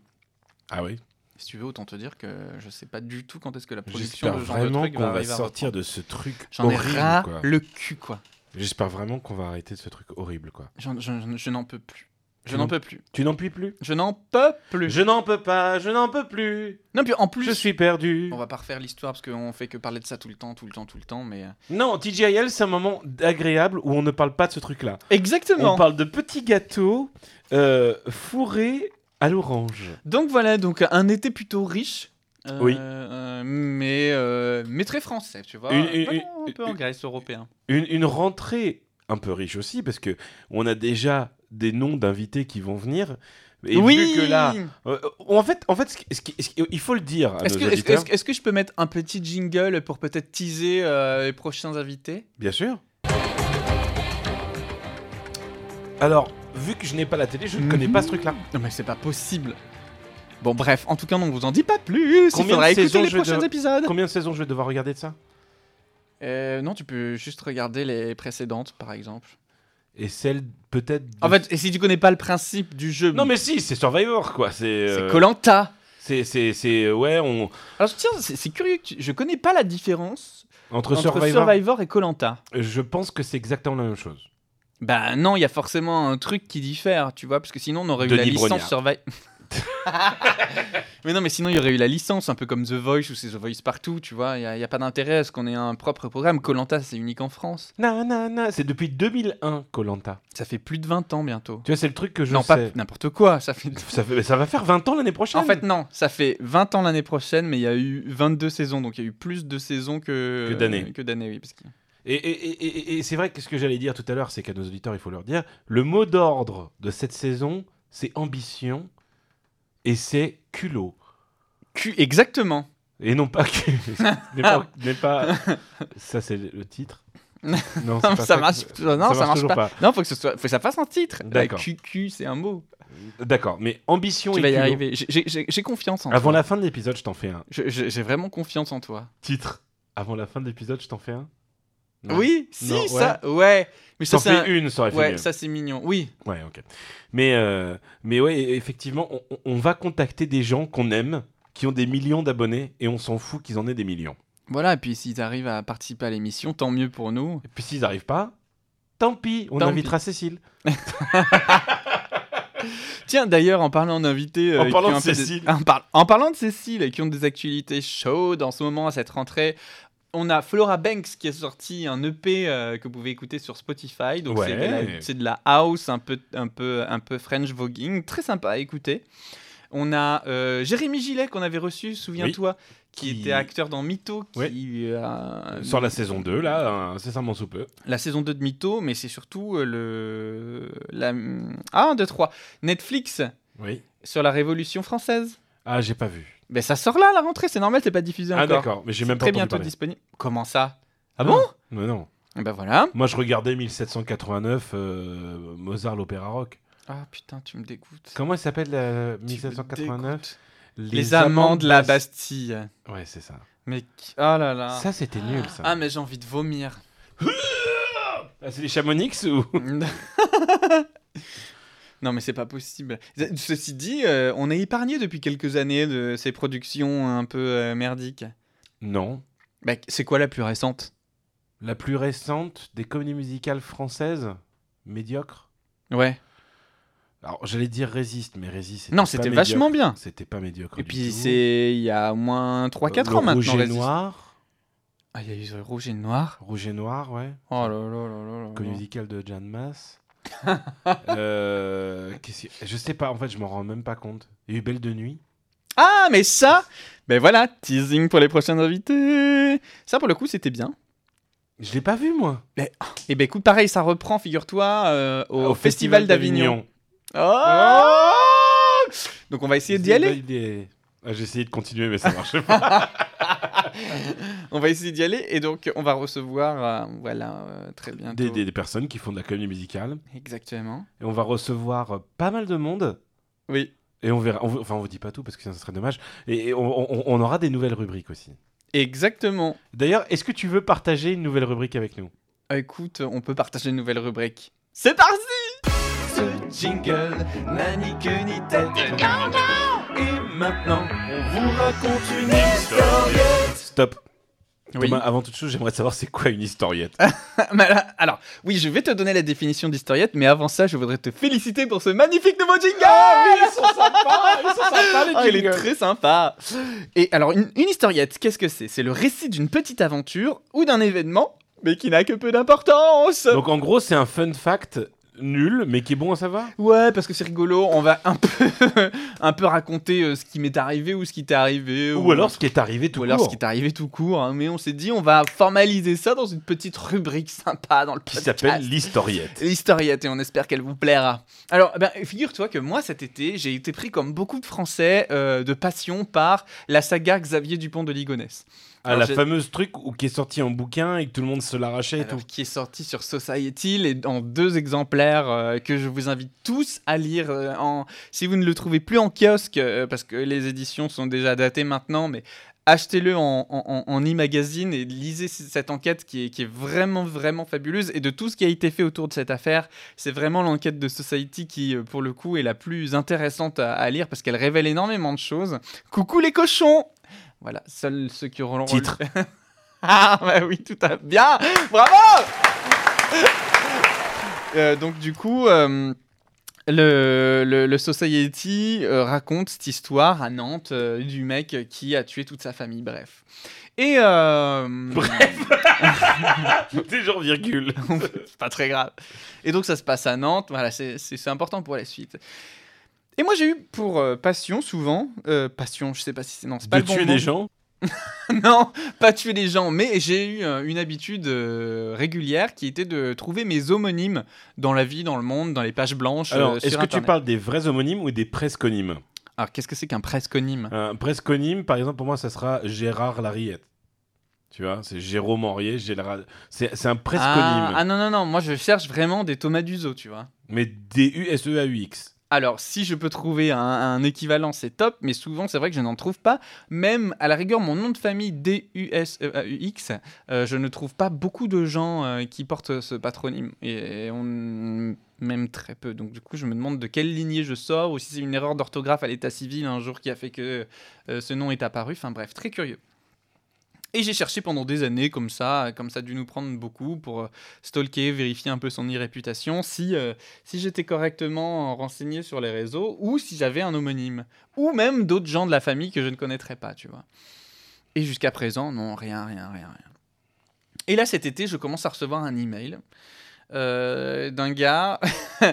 B: Ah oui
A: Si tu veux, autant te dire que je sais pas du tout quand est-ce que la production
B: J'espère
A: de ce genre de
B: vraiment
A: truc
B: qu'on va
A: arriver à
B: sortir
A: reprendre.
B: de ce truc
A: J'en ai
B: horrible.
A: ras
B: quoi.
A: le cul, quoi.
B: J'espère vraiment qu'on va arrêter ce truc horrible. quoi.
A: J'en- j'en- je n'en peux plus. Je n'en peux plus.
B: Tu n'en puis plus
A: Je n'en peux plus.
B: Je n'en peux pas, je n'en peux plus.
A: Non, puis en plus,
B: Je suis perdu.
A: on va pas refaire l'histoire parce qu'on fait que parler de ça tout le temps, tout le temps, tout le temps, mais... euh,
B: Non, TGIL, c'est un moment agréable où on ne parle pas de ce truc-là. On
A: Exactement
B: parle de petits gâteaux euh, fourrés à l'orange.
A: Donc voilà, donc euh, un été plutôt riche. euh,
B: Oui.
A: euh, mais, euh, mais très français, tu vois.
B: Une- une-
A: Vraiment un peu
B: une-
A: en Grèce européen.
B: Une, une rentrée un peu riche aussi, parce que on a déjà des noms d'invités qui vont venir. Et vu que là, Euh, en fait, en fait, ce qui- ce qui- ce qui- il faut le dire à
A: Est-ce
B: nos
A: que, est-ce que-
B: auditeurs.
A: est-ce que- est-ce que je peux mettre un petit jingle pour peut-être teaser euh, les prochains invités
B: Bien sûr. Alors, vu que je n'ai pas la télé, je ne connais
A: Mhm.
B: pas ce truc-là.
A: Non mais c'est pas possible. Bon bref, en tout cas on ne vous en dit pas plus.
B: Combien
A: Il faudra
B: de
A: écouter
B: saisons
A: les
B: je vais
A: prochains
B: devoir-
A: épisodes.
B: Combien de saisons je vais devoir regarder de ça
A: Euh, non, tu peux juste regarder les précédentes par exemple.
B: Et celle peut-être. de-
A: En fait, et si tu connais pas le principe du jeu,
B: Non mais si, c'est Survivor quoi. C'est.
A: c'est
B: euh,
A: Colanta.
B: C'est c'est c'est- ouais on
A: Alors tiens, c'est c'est curieux, que tu- je connais pas la différence
B: entre,
A: entre Survivor,
B: Survivor.
A: et Colanta.
B: Je pense que c'est exactement la même chose.
A: Bah non, il y a forcément un truc qui diffère, tu vois, parce que sinon on aurait eu la
B: Denis
A: licence
B: Brognard.
A: Survivor. mais non, mais sinon il y aurait eu la licence, un peu comme The Voice ou c'est The Voice partout, tu vois. Il n'y a, y a pas d'intérêt à ce qu'on ait un propre programme. Colanta, c'est unique en France.
B: Non non non, c'est depuis 2001 Colanta.
A: Ça fait plus de 20 ans bientôt.
B: Tu vois c'est le truc que je
A: non, pas
B: sais.
A: n'importe quoi. Ça fait...
B: Ça, fait- ça va faire 20 ans l'année prochaine.
A: En fait, non, ça fait 20 ans l'année prochaine, mais il y a eu 22 saisons, donc il y a eu plus de saisons que,
B: Que d'années.
A: Que d'années, oui. Parce que...
B: Et, et- et- et- et c'est vrai que ce que j'allais dire tout à l'heure, c'est qu'à nos auditeurs, il faut leur dire, le mot d'ordre de cette saison, c'est ambition et c'est culot.
A: Cu- Exactement.
B: Et non pas que... n'est pas, n'est pas- Ça, c'est le titre. Non, c'est pas
A: ça
B: que-
A: marche, non, ça marche
B: toujours
A: pas. Non, faut que, ce soit... faut que ça fasse un titre.
B: D'accord.
A: QQ, c'est un mot.
B: D'accord, mais ambition
A: Tu
B: et
A: vas y
B: culot.
A: arriver. J'ai- J'ai j'ai- j'ai confiance en
B: Avant
A: toi.
B: la fin de l'épisode, je t'en fais un.
A: Je- je- J'ai vraiment confiance en toi.
B: Titre. Avant la fin de l'épisode, je t'en fais un. Non.
A: Oui, si,
B: Non, ouais.
A: ça, ouais. Mais
B: Je
A: ça,
B: t'en
A: c'est
B: fais
A: un-
B: une, ça aurait fait
A: Ouais,
B: mieux.
A: ça, c'est mignon. Oui.
B: Ouais, ok. Mais, euh, mais ouais, effectivement, on, on- on va contacter des gens qu'on aime, qui ont des millions d'abonnés, et on s'en fout qu'ils en aient des millions.
A: Voilà, et puis s'ils arrivent à participer à l'émission, tant mieux pour nous.
B: Et puis s'ils n'arrivent pas, tant pis, on
A: Tant
B: invitera Cécile.
A: Tiens, d'ailleurs, en parlant d'invités. euh,
B: En parlant
A: qui ont
B: de
A: un peu des-
B: Cécile.
A: en, par- en parlant de Cécile, et qui ont des actualités chaudes en ce moment à cette rentrée. On a Flora Banks qui a sorti un EP euh, que vous pouvez écouter sur Spotify. Donc c'est de
B: Ouais.
A: la- c'est de, la house, un peu, un peu, un peu French voguing, très sympa à écouter. On a euh, Jérémy Gillet qu'on avait reçu, souviens-toi, qui,
B: Qui-
A: était acteur dans Mytho, qui
B: Ouais.
A: euh,
B: Sur la saison 2, là, hein, c'est ça, mon sous peu.
A: la saison 2 de Mytho, mais c'est surtout euh, le. La... Ah, 1, 2, 3. Netflix
B: Oui.
A: sur la Révolution française.
B: Ah, j'ai pas vu.
A: Ben ça sort là à la rentrée, c'est normal, c'est pas diffusé
B: Ah,
A: encore.
B: d'accord, mais j'ai
A: C'est
B: même pas
A: Très
B: entendu
A: bientôt
B: parler.
A: disponible. Comment ça Ah
B: Non,
A: bon
B: Mais non.
A: Ben voilà.
B: Moi, je regardais 1789, euh, Mozart, l'opéra rock.
A: Ah putain, tu me dégoûtes.
B: Comment elle s'appelle, la
A: Tu me
B: 1789
A: dégoûtes. Les, amants de la
B: Bastille.
A: Bastille.
B: Ouais, c'est ça.
A: Mais. qui- Ah là là.
B: Ça, c'était nul, ça.
A: Ah, mais j'ai envie de vomir.
B: Ah, c'est les Chamonix ou
A: non, mais c'est pas possible. Ceci dit, euh, on est épargné depuis quelques années de ces productions un peu euh, merdiques.
B: Non.
A: Bah, c'est quoi la plus récente
B: La plus récente des comédies musicales françaises Médiocre
A: Ouais.
B: Alors, j'allais dire Résiste, mais Résiste.
A: Non,
B: pas
A: c'était
B: médiocre.
A: vachement bien.
B: C'était pas médiocre.
A: Et
B: du
A: puis
B: tout. Euh,
A: c'est il y a au moins 3-4
B: Le
A: ans maintenant.
B: Rouge et
A: Résiste.
B: Noir.
A: Ah, il y a eu le Rouge et le Noir.
B: Rouge et Noir, ouais.
A: Oh là là là là là.
B: Comédie musicale de Jan Mass. Euh, qu'est-ce que- Je sais pas, en fait, je m'en rends même pas compte. Il y a eu Belle de Nuit.
A: Ah, mais ça Ben voilà, teasing pour les prochains invités. Ça, pour le coup, c'était bien.
B: Je l'ai pas vu, moi.
A: Et ben écoute, pareil, ça reprend, figure-toi, euh, au, Festival, d'Avignon. Oh Donc on va essayer d'y
B: C'est
A: aller.
B: une bonne idée. Ah, J'ai essayé de continuer, mais ça marchait pas.
A: On va essayer d'y aller et donc on va recevoir, euh, voilà, euh, très bientôt.
B: des, des- des personnes qui font de la comédie musicale.
A: Exactement.
B: Et on va recevoir euh, pas mal de monde.
A: Oui.
B: Et on verra. on vous- enfin, on vous dit pas tout parce que ça serait dommage. Et, et on, on- on aura des nouvelles rubriques aussi.
A: Exactement.
B: D'ailleurs, est-ce que tu veux partager une nouvelle rubrique avec nous
A: Ah, Écoute, on peut partager une nouvelle rubrique. C'est parti Ce jingle n'a ni queue ni tête. Et maintenant, on vous raconte une histoire.
B: Stop.
A: Oui.
B: Thomas, avant toute chose, j'aimerais savoir c'est quoi une historiette.
A: Mais là- Alors, oui, je vais te donner la définition d'historiette, mais avant ça, je voudrais te féliciter pour ce magnifique nouveau jingle
B: Ah, ils sont sympas, ils sont sympas
A: Ah, il est très sympa. Et alors, une, une historiette, qu'est-ce que c'est C'est le récit d'une petite aventure ou d'un événement, mais qui n'a que peu d'importance.
B: Donc en gros, c'est un fun fact nul, mais qui est bon à savoir.
A: Ouais, parce que c'est rigolo. On va un peu, un peu raconter euh, ce qui m'est arrivé ou ce qui t'est arrivé,
B: Ou alors ce qui est arrivé tout
A: Euh, ou alors ce
B: court.
A: qui t'est arrivé tout court. hein. Mais on s'est dit, on va formaliser ça dans une petite rubrique sympa dans le
B: qui
A: podcast.
B: s'appelle l'historiette.
A: L'historiette, et on espère qu'elle vous plaira. Alors, ben, figure-toi que moi, cet été, j'ai été pris, comme beaucoup de Français, euh, de passion par la saga Xavier Dupont de Ligonnès.
B: Ah,
A: Alors,
B: la
A: j'ai-
B: fameuse truc où, qui est sortie en bouquin et que tout le monde se l'arrachait et
A: Alors,
B: tout.
A: qui est sorti sur Society et en deux exemplaires euh, que je vous invite tous à lire. euh, en... Si vous ne le trouvez plus en kiosque, euh, parce que les éditions sont déjà datées maintenant, mais achetez-le en, en- en- en e-magazine et lisez c- cette enquête qui est, qui est vraiment, vraiment fabuleuse. Et de tout ce qui a été fait autour de cette affaire, c'est vraiment l'enquête de Society qui, euh, pour le coup, est la plus intéressante à, à lire parce qu'elle révèle énormément de choses. Coucou les cochons Voilà, seuls ceux qui auront
B: Titre.
A: ah bah oui, tout à bien, bravo. Euh, donc du coup, euh, le, le, le Society euh, raconte cette histoire à Nantes euh, du mec qui a tué toute sa famille. Bref. Et euh,
B: Des gens virgule.
A: c'est pas très grave. Et donc ça se passe à Nantes. Voilà, c'est- c'est c'est important pour la suite. Et moi j'ai eu pour euh, passion souvent, euh, passion, je sais pas si c'est non, c'est pas
B: De
A: le bon
B: tuer
A: mot.
B: des gens.
A: Non, pas tuer les gens, mais j'ai eu euh, une habitude euh, régulière qui était de trouver mes homonymes dans la vie, dans le monde, dans les pages blanches. euh,
B: Alors,
A: sur
B: est-ce que tu
A: Internet.
B: parles des vrais homonymes ou des presconymes
A: Alors, qu'est-ce que c'est qu'un presconyme
B: Un presconyme, Euh, par exemple, pour moi, ça sera Gérard Larriette. Tu vois, c'est Jérôme Henriet, Gérard. C'est c'est un presconyme,
A: ah, ah non, non, non, moi je cherche vraiment des Thomas Duzo, tu vois.
B: mais E D-U-S-E-A-U-X.
A: Alors, si je peux trouver un, un équivalent, c'est top, mais souvent, c'est vrai que je n'en trouve pas. Même, à la rigueur, mon nom de famille, E D-U-S-E-A-U-X, euh, je ne trouve pas beaucoup de gens euh, qui portent ce patronyme. Et on... Même très peu. Donc, du coup, je me demande de quelle lignée je sors, ou si c'est une erreur d'orthographe à l'état civil un jour qui a fait que euh, ce nom est apparu. Enfin, bref, très curieux. Et j'ai cherché pendant des années, comme ça, comme ça a dû nous prendre beaucoup, pour euh, stalker, vérifier un peu son irréputation, si... euh, si j'étais correctement renseigné sur les réseaux ou si j'avais un homonyme ou même d'autres gens de la famille que je ne connaîtrais pas, tu vois. Et jusqu'à présent, non, rien, rien, rien, rien. Et là, cet été, je commence à recevoir un email euh, d'un gars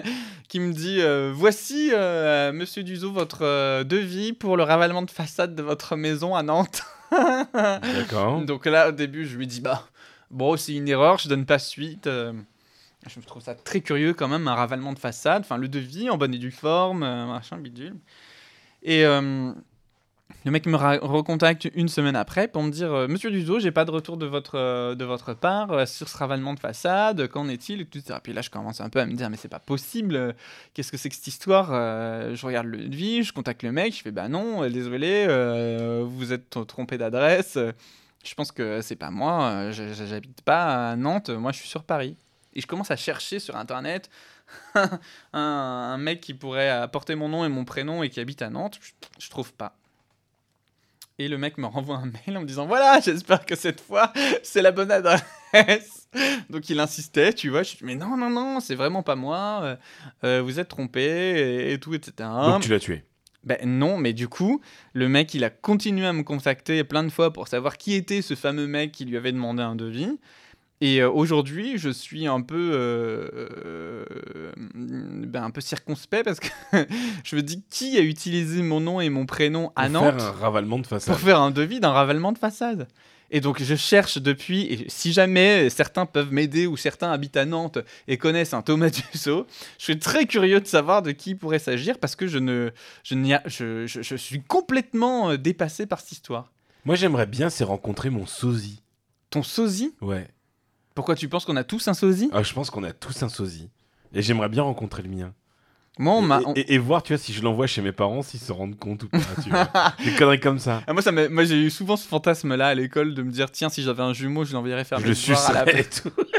A: qui me dit euh, Voici, euh, monsieur Duzo, votre euh, devis pour le ravalement de façade de votre maison à Nantes.
B: D'accord.
A: Donc là, au début, je lui dis bah bon, c'est une erreur, je donne pas suite. euh, je trouve ça très curieux quand même, un ravalement de façade, enfin le devis en bonne et due forme, euh, machin bidule. Et euh, le mec me ra- recontacte une semaine après pour me dire euh, Monsieur Duzo, j'ai pas de retour de votre, euh, de votre part euh, sur ce ravalement de façade, qu'en est-il Et tout ça. Puis là, je commence un peu à me dire Mais c'est pas possible, euh, qu'est-ce que c'est que cette histoire Euh, Je regarde le devis, je contacte le mec, je fais Bah non, euh, désolé, euh, vous êtes trompé d'adresse, euh, je pense que c'est pas moi, euh, je- je- j'habite pas à Nantes, moi je suis sur Paris. Et je commence à chercher sur internet un, un mec qui pourrait apporter mon nom et mon prénom et qui habite à Nantes, je, je trouve pas. Et le mec me renvoie un mail en me disant voilà, j'espère que cette fois c'est la bonne adresse. Donc il insistait, tu vois, je suis mais non non non, c'est vraiment pas moi, euh, euh, vous êtes trompé et, et tout etc.
B: Donc tu l'as tué.
A: Ben non, mais du coup, le mec, il a continué à me contacter plein de fois pour savoir qui était ce fameux mec qui lui avait demandé un devis. Et euh, aujourd'hui, je suis un peu, euh, euh, ben, un peu circonspect parce que je me dis qui a utilisé mon nom et mon prénom à
B: Pour
A: Ah, Nantes
B: Faire un ravalement de façade.
A: pour faire un devis d'un ravalement de façade. Et donc je cherche depuis, et si jamais certains peuvent m'aider ou certains habitent à Nantes et connaissent un Thomas Dussault, je suis très curieux de savoir de qui il pourrait s'agir parce que je, ne, je, n'y a- je, je- je suis complètement euh, dépassé par cette histoire.
B: Moi, j'aimerais bien, c'est rencontrer mon sosie.
A: Ton sosie
B: Ouais.
A: Pourquoi tu penses qu'on a tous un sosie
B: Ah, je pense qu'on a tous un sosie. Et j'aimerais bien rencontrer le mien.
A: Moi, on
B: et,
A: m'a...
B: et-
A: on-
B: et- et voir, tu vois, si je l'envoie chez mes parents, s'ils se rendent compte ou pas. Tu vois. Des conneries comme ça.
A: Ah, moi, ça m'a- moi, j'ai eu souvent ce fantasme-là à l'école de me dire tiens, si j'avais un jumeau, je l'enverrais faire
B: Je
A: mes
B: le
A: devoirs à la
B: sucerais et tout.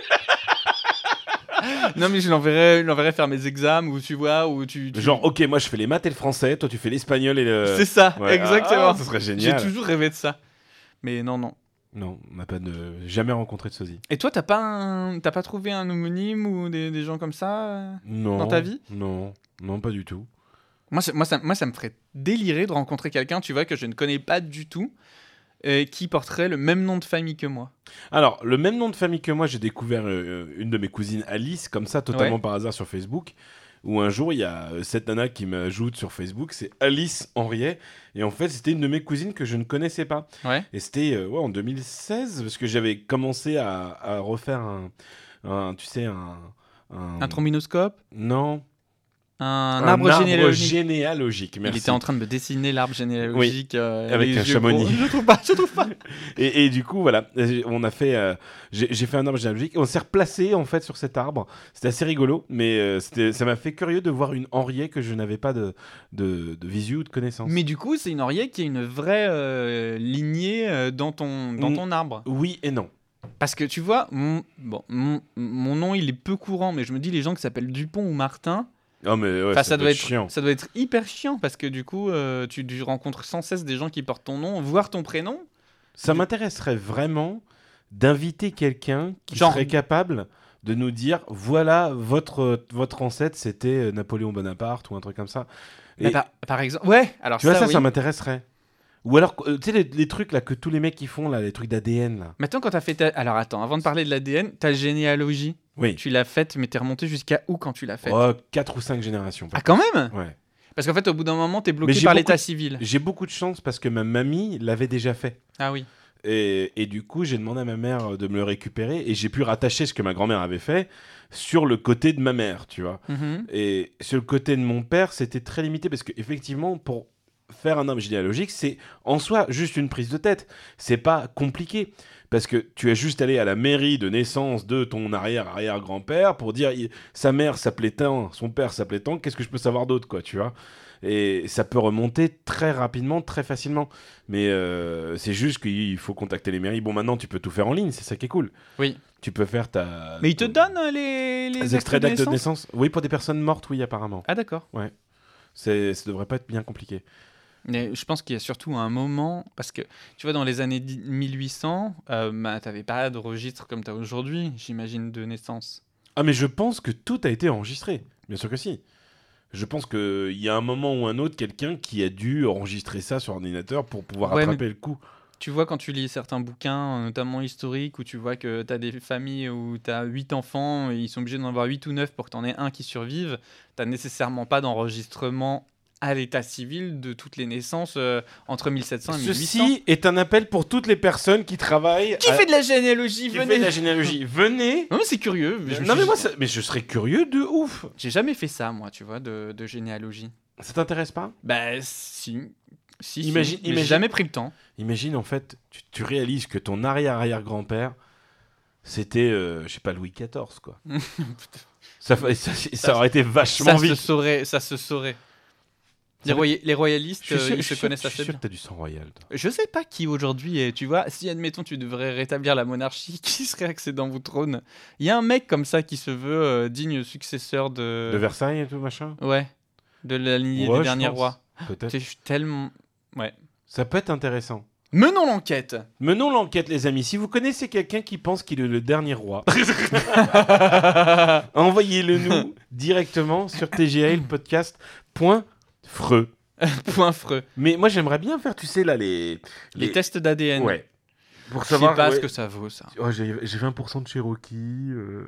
A: Non, mais je l'enverrais je l'enverrais faire mes examens ou tu vois, ou tu. tu-
B: Genre, ok, moi je fais les maths et le français, toi tu fais l'espagnol et le.
A: C'est ça,
B: Ouais, ah,
A: exactement.
B: ça serait
A: J'ai
B: génial.
A: toujours rêvé de ça. Mais non, non.
B: Non, on n'a pas de... jamais rencontré de sosie.
A: Et toi, t'as pas, un... t'as pas trouvé un homonyme ou des, des gens comme ça euh
B: Non.
A: Dans ta vie
B: Non, non, pas du tout.
A: moi, c'est- moi, ça, moi, ça me ferait délirer de rencontrer quelqu'un, tu vois, que je ne connais pas du tout, et qui porterait le même nom de famille que moi.
B: Alors, le même nom de famille que moi, j'ai découvert euh, une de mes cousines, Alice, comme ça, totalement
A: Ouais.
B: par hasard sur Facebook. Où un jour, il y a euh, cette nana qui m'ajoute sur Facebook, c'est Alice Henriet. Et en fait, c'était une de mes cousines que je ne connaissais pas.
A: Ouais.
B: Et c'était euh, ouais, en 2016, parce que j'avais commencé à, à refaire un, un, Tu sais, un. Un,
A: Un trombinoscope,
B: Non.
A: un, arbre, généalogique.
B: généalogique, merci.
A: Il était en train de me dessiner l'arbre généalogique. euh,
B: avec
A: les
B: un
A: yeux
B: chamonix.
A: gros. Je trouve pas, je trouve pas.
B: Et, et du coup, voilà, euh, on a fait, euh, j'ai j'ai fait un arbre généalogique. et On s'est replacé en fait sur cet arbre. C'était assez rigolo, mais euh, c'était- ça m'a fait curieux de voir une Henriette que je n'avais pas de, de, de visu ou de connaissance.
A: Mais du coup, c'est une oreiller qui est une vraie euh, lignée euh, dans ton, dans
B: Mm.
A: ton arbre.
B: Oui et non.
A: Parce que tu vois, mon, bon, mon, mon nom, il est peu courant, mais je me dis, les gens qui s'appellent Dupont ou Martin,
B: Ah, mais ouais,
A: enfin,
B: ça, doit être chiant.
A: ça doit être hyper chiant parce que du coup, euh, tu, tu rencontres sans cesse des gens qui portent ton nom, voire ton prénom.
B: Ça m'intéresserait vraiment d'inviter quelqu'un qui
A: Genre-
B: serait capable de nous dire voilà votre votre ancêtre c'était euh, Napoléon Bonaparte ou un truc comme ça. Et-
A: Bah, par, par exemple, ouais, alors
B: tu vois ça, ça,
A: Ah, oui.
B: m'intéresserait. Ou alors euh, tu sais les, les trucs là que tous les mecs qui font là les trucs d'ADN là.
A: Maintenant, quand t'as fait ta... Alors attends, avant de parler de l'ADN, ta généalogie,
B: Oui.
A: tu l'as faite, mais t'es remonté jusqu'à où quand tu l'as faite
B: Oh, 4 ou 5 générations.
A: Ah, quand même
B: Ouais.
A: Parce qu'en fait, au bout d'un moment, t'es bloqué
B: j'ai
A: par
B: beaucoup
A: l'état
B: de-
A: civil.
B: J'ai beaucoup de chance parce que ma mamie l'avait déjà fait.
A: Ah oui.
B: Et, et du coup, j'ai demandé à ma mère de me le récupérer et j'ai pu rattacher ce que ma grand-mère avait fait sur le côté de ma mère, tu vois.
A: Mhm.
B: Et sur le côté de mon père, c'était très limité parce qu'effectivement, pour faire un arbre généalogique, c'est en soi juste une prise de tête. C'est pas compliqué. Parce que tu as juste allé à la mairie de naissance de ton arrière-arrière-grand-père pour dire il- sa mère s'appelait tant, son père s'appelait tant, qu'est-ce que je peux savoir d'autre, quoi, tu vois Et ça peut remonter très rapidement, très facilement. Mais euh, c'est juste qu'il faut contacter les mairies. Bon, maintenant, tu peux tout faire en ligne, c'est ça qui est cool.
A: Oui.
B: Tu peux faire ta.
A: Mais ils te
B: ton-
A: donnent euh, les, les
B: les extraits d'actes de
A: naissance
B: naissance Oui, pour des personnes mortes, oui, apparemment.
A: Ah d'accord.
B: C'est, ça devrait pas être bien compliqué.
A: Mais je pense qu'il y a surtout un moment, parce que tu vois, dans les années dix- 1800, euh, bah, t'avais pas de registre comme t'as aujourd'hui, j'imagine, de naissance.
B: Ah, mais je pense que tout a été enregistré. Bien sûr que si. Je pense qu'il y a un moment ou un autre, quelqu'un qui a dû enregistrer ça sur ordinateur pour pouvoir
A: Ouais,
B: attraper le coup.
A: Tu vois, quand tu lis certains bouquins, euh, notamment historiques, où tu vois que t'as des familles où t'as 8 enfants, et ils sont obligés d'en avoir 8 ou 9 pour que t'en aies un qui survive, t'as nécessairement pas d'enregistrement à l'état civil de toutes les naissances euh, entre 1700 et 1800.
B: Ceci est un appel pour toutes les personnes qui travaillent.
A: Qui
B: à-
A: fait de la généalogie
B: qui
A: Venez
B: fait de la généalogie Venez
A: Non mais c'est curieux. mais je me
B: Non,
A: suis-
B: mais moi, ça- mais je serais curieux de ouf.
A: j'ai jamais fait ça, moi, tu vois, de, de généalogie.
B: Ça t'intéresse pas
A: Bah si, si. si.
B: Imagine-
A: Mais
B: imagine-
A: J'ai jamais pris le temps.
B: Imagine en fait, tu, tu réalises que ton arrière-arrière-grand-père, c'était, euh, je sais pas, Louis XIV, quoi. ça, fa- ça, ça aurait été vachement
A: Ça se
B: vite.
A: saurait, ça se saurait. Les,
B: Ça-
A: roya- les royalistes,
B: Je suis
A: euh, ils
B: sûr- je
A: se
B: suis sûr-
A: connaissent
B: je suis
A: assez
B: sûr
A: bien.
B: que t'as du sang royal. toi.
A: Je sais pas qui aujourd'hui est, tu vois. Si, admettons, tu devrais rétablir la monarchie, qui serait accédant au trône Il y a un mec comme ça qui se veut euh, digne successeur de.
B: De Versailles et tout machin.
A: Ouais. De la lignée des
B: Ouais, je
A: derniers
B: pense.
A: rois.
B: Peut-être.
A: Je suis tellement.
B: Ça peut être intéressant.
A: Menons l'enquête
B: Menons l'enquête, les amis. Si vous connaissez quelqu'un qui pense qu'il est le dernier roi, envoyez-le nous directement sur tglpodcast.freux.
A: Point freux.
B: Mais moi, j'aimerais bien faire, tu sais, là, les.
A: Les tests d'ADN.
B: Ouais. Pour
A: Je sais pas
B: ouais.
A: ce que ça vaut, ça.
B: Oh, j'ai j'ai 20% de Cherokee, euh,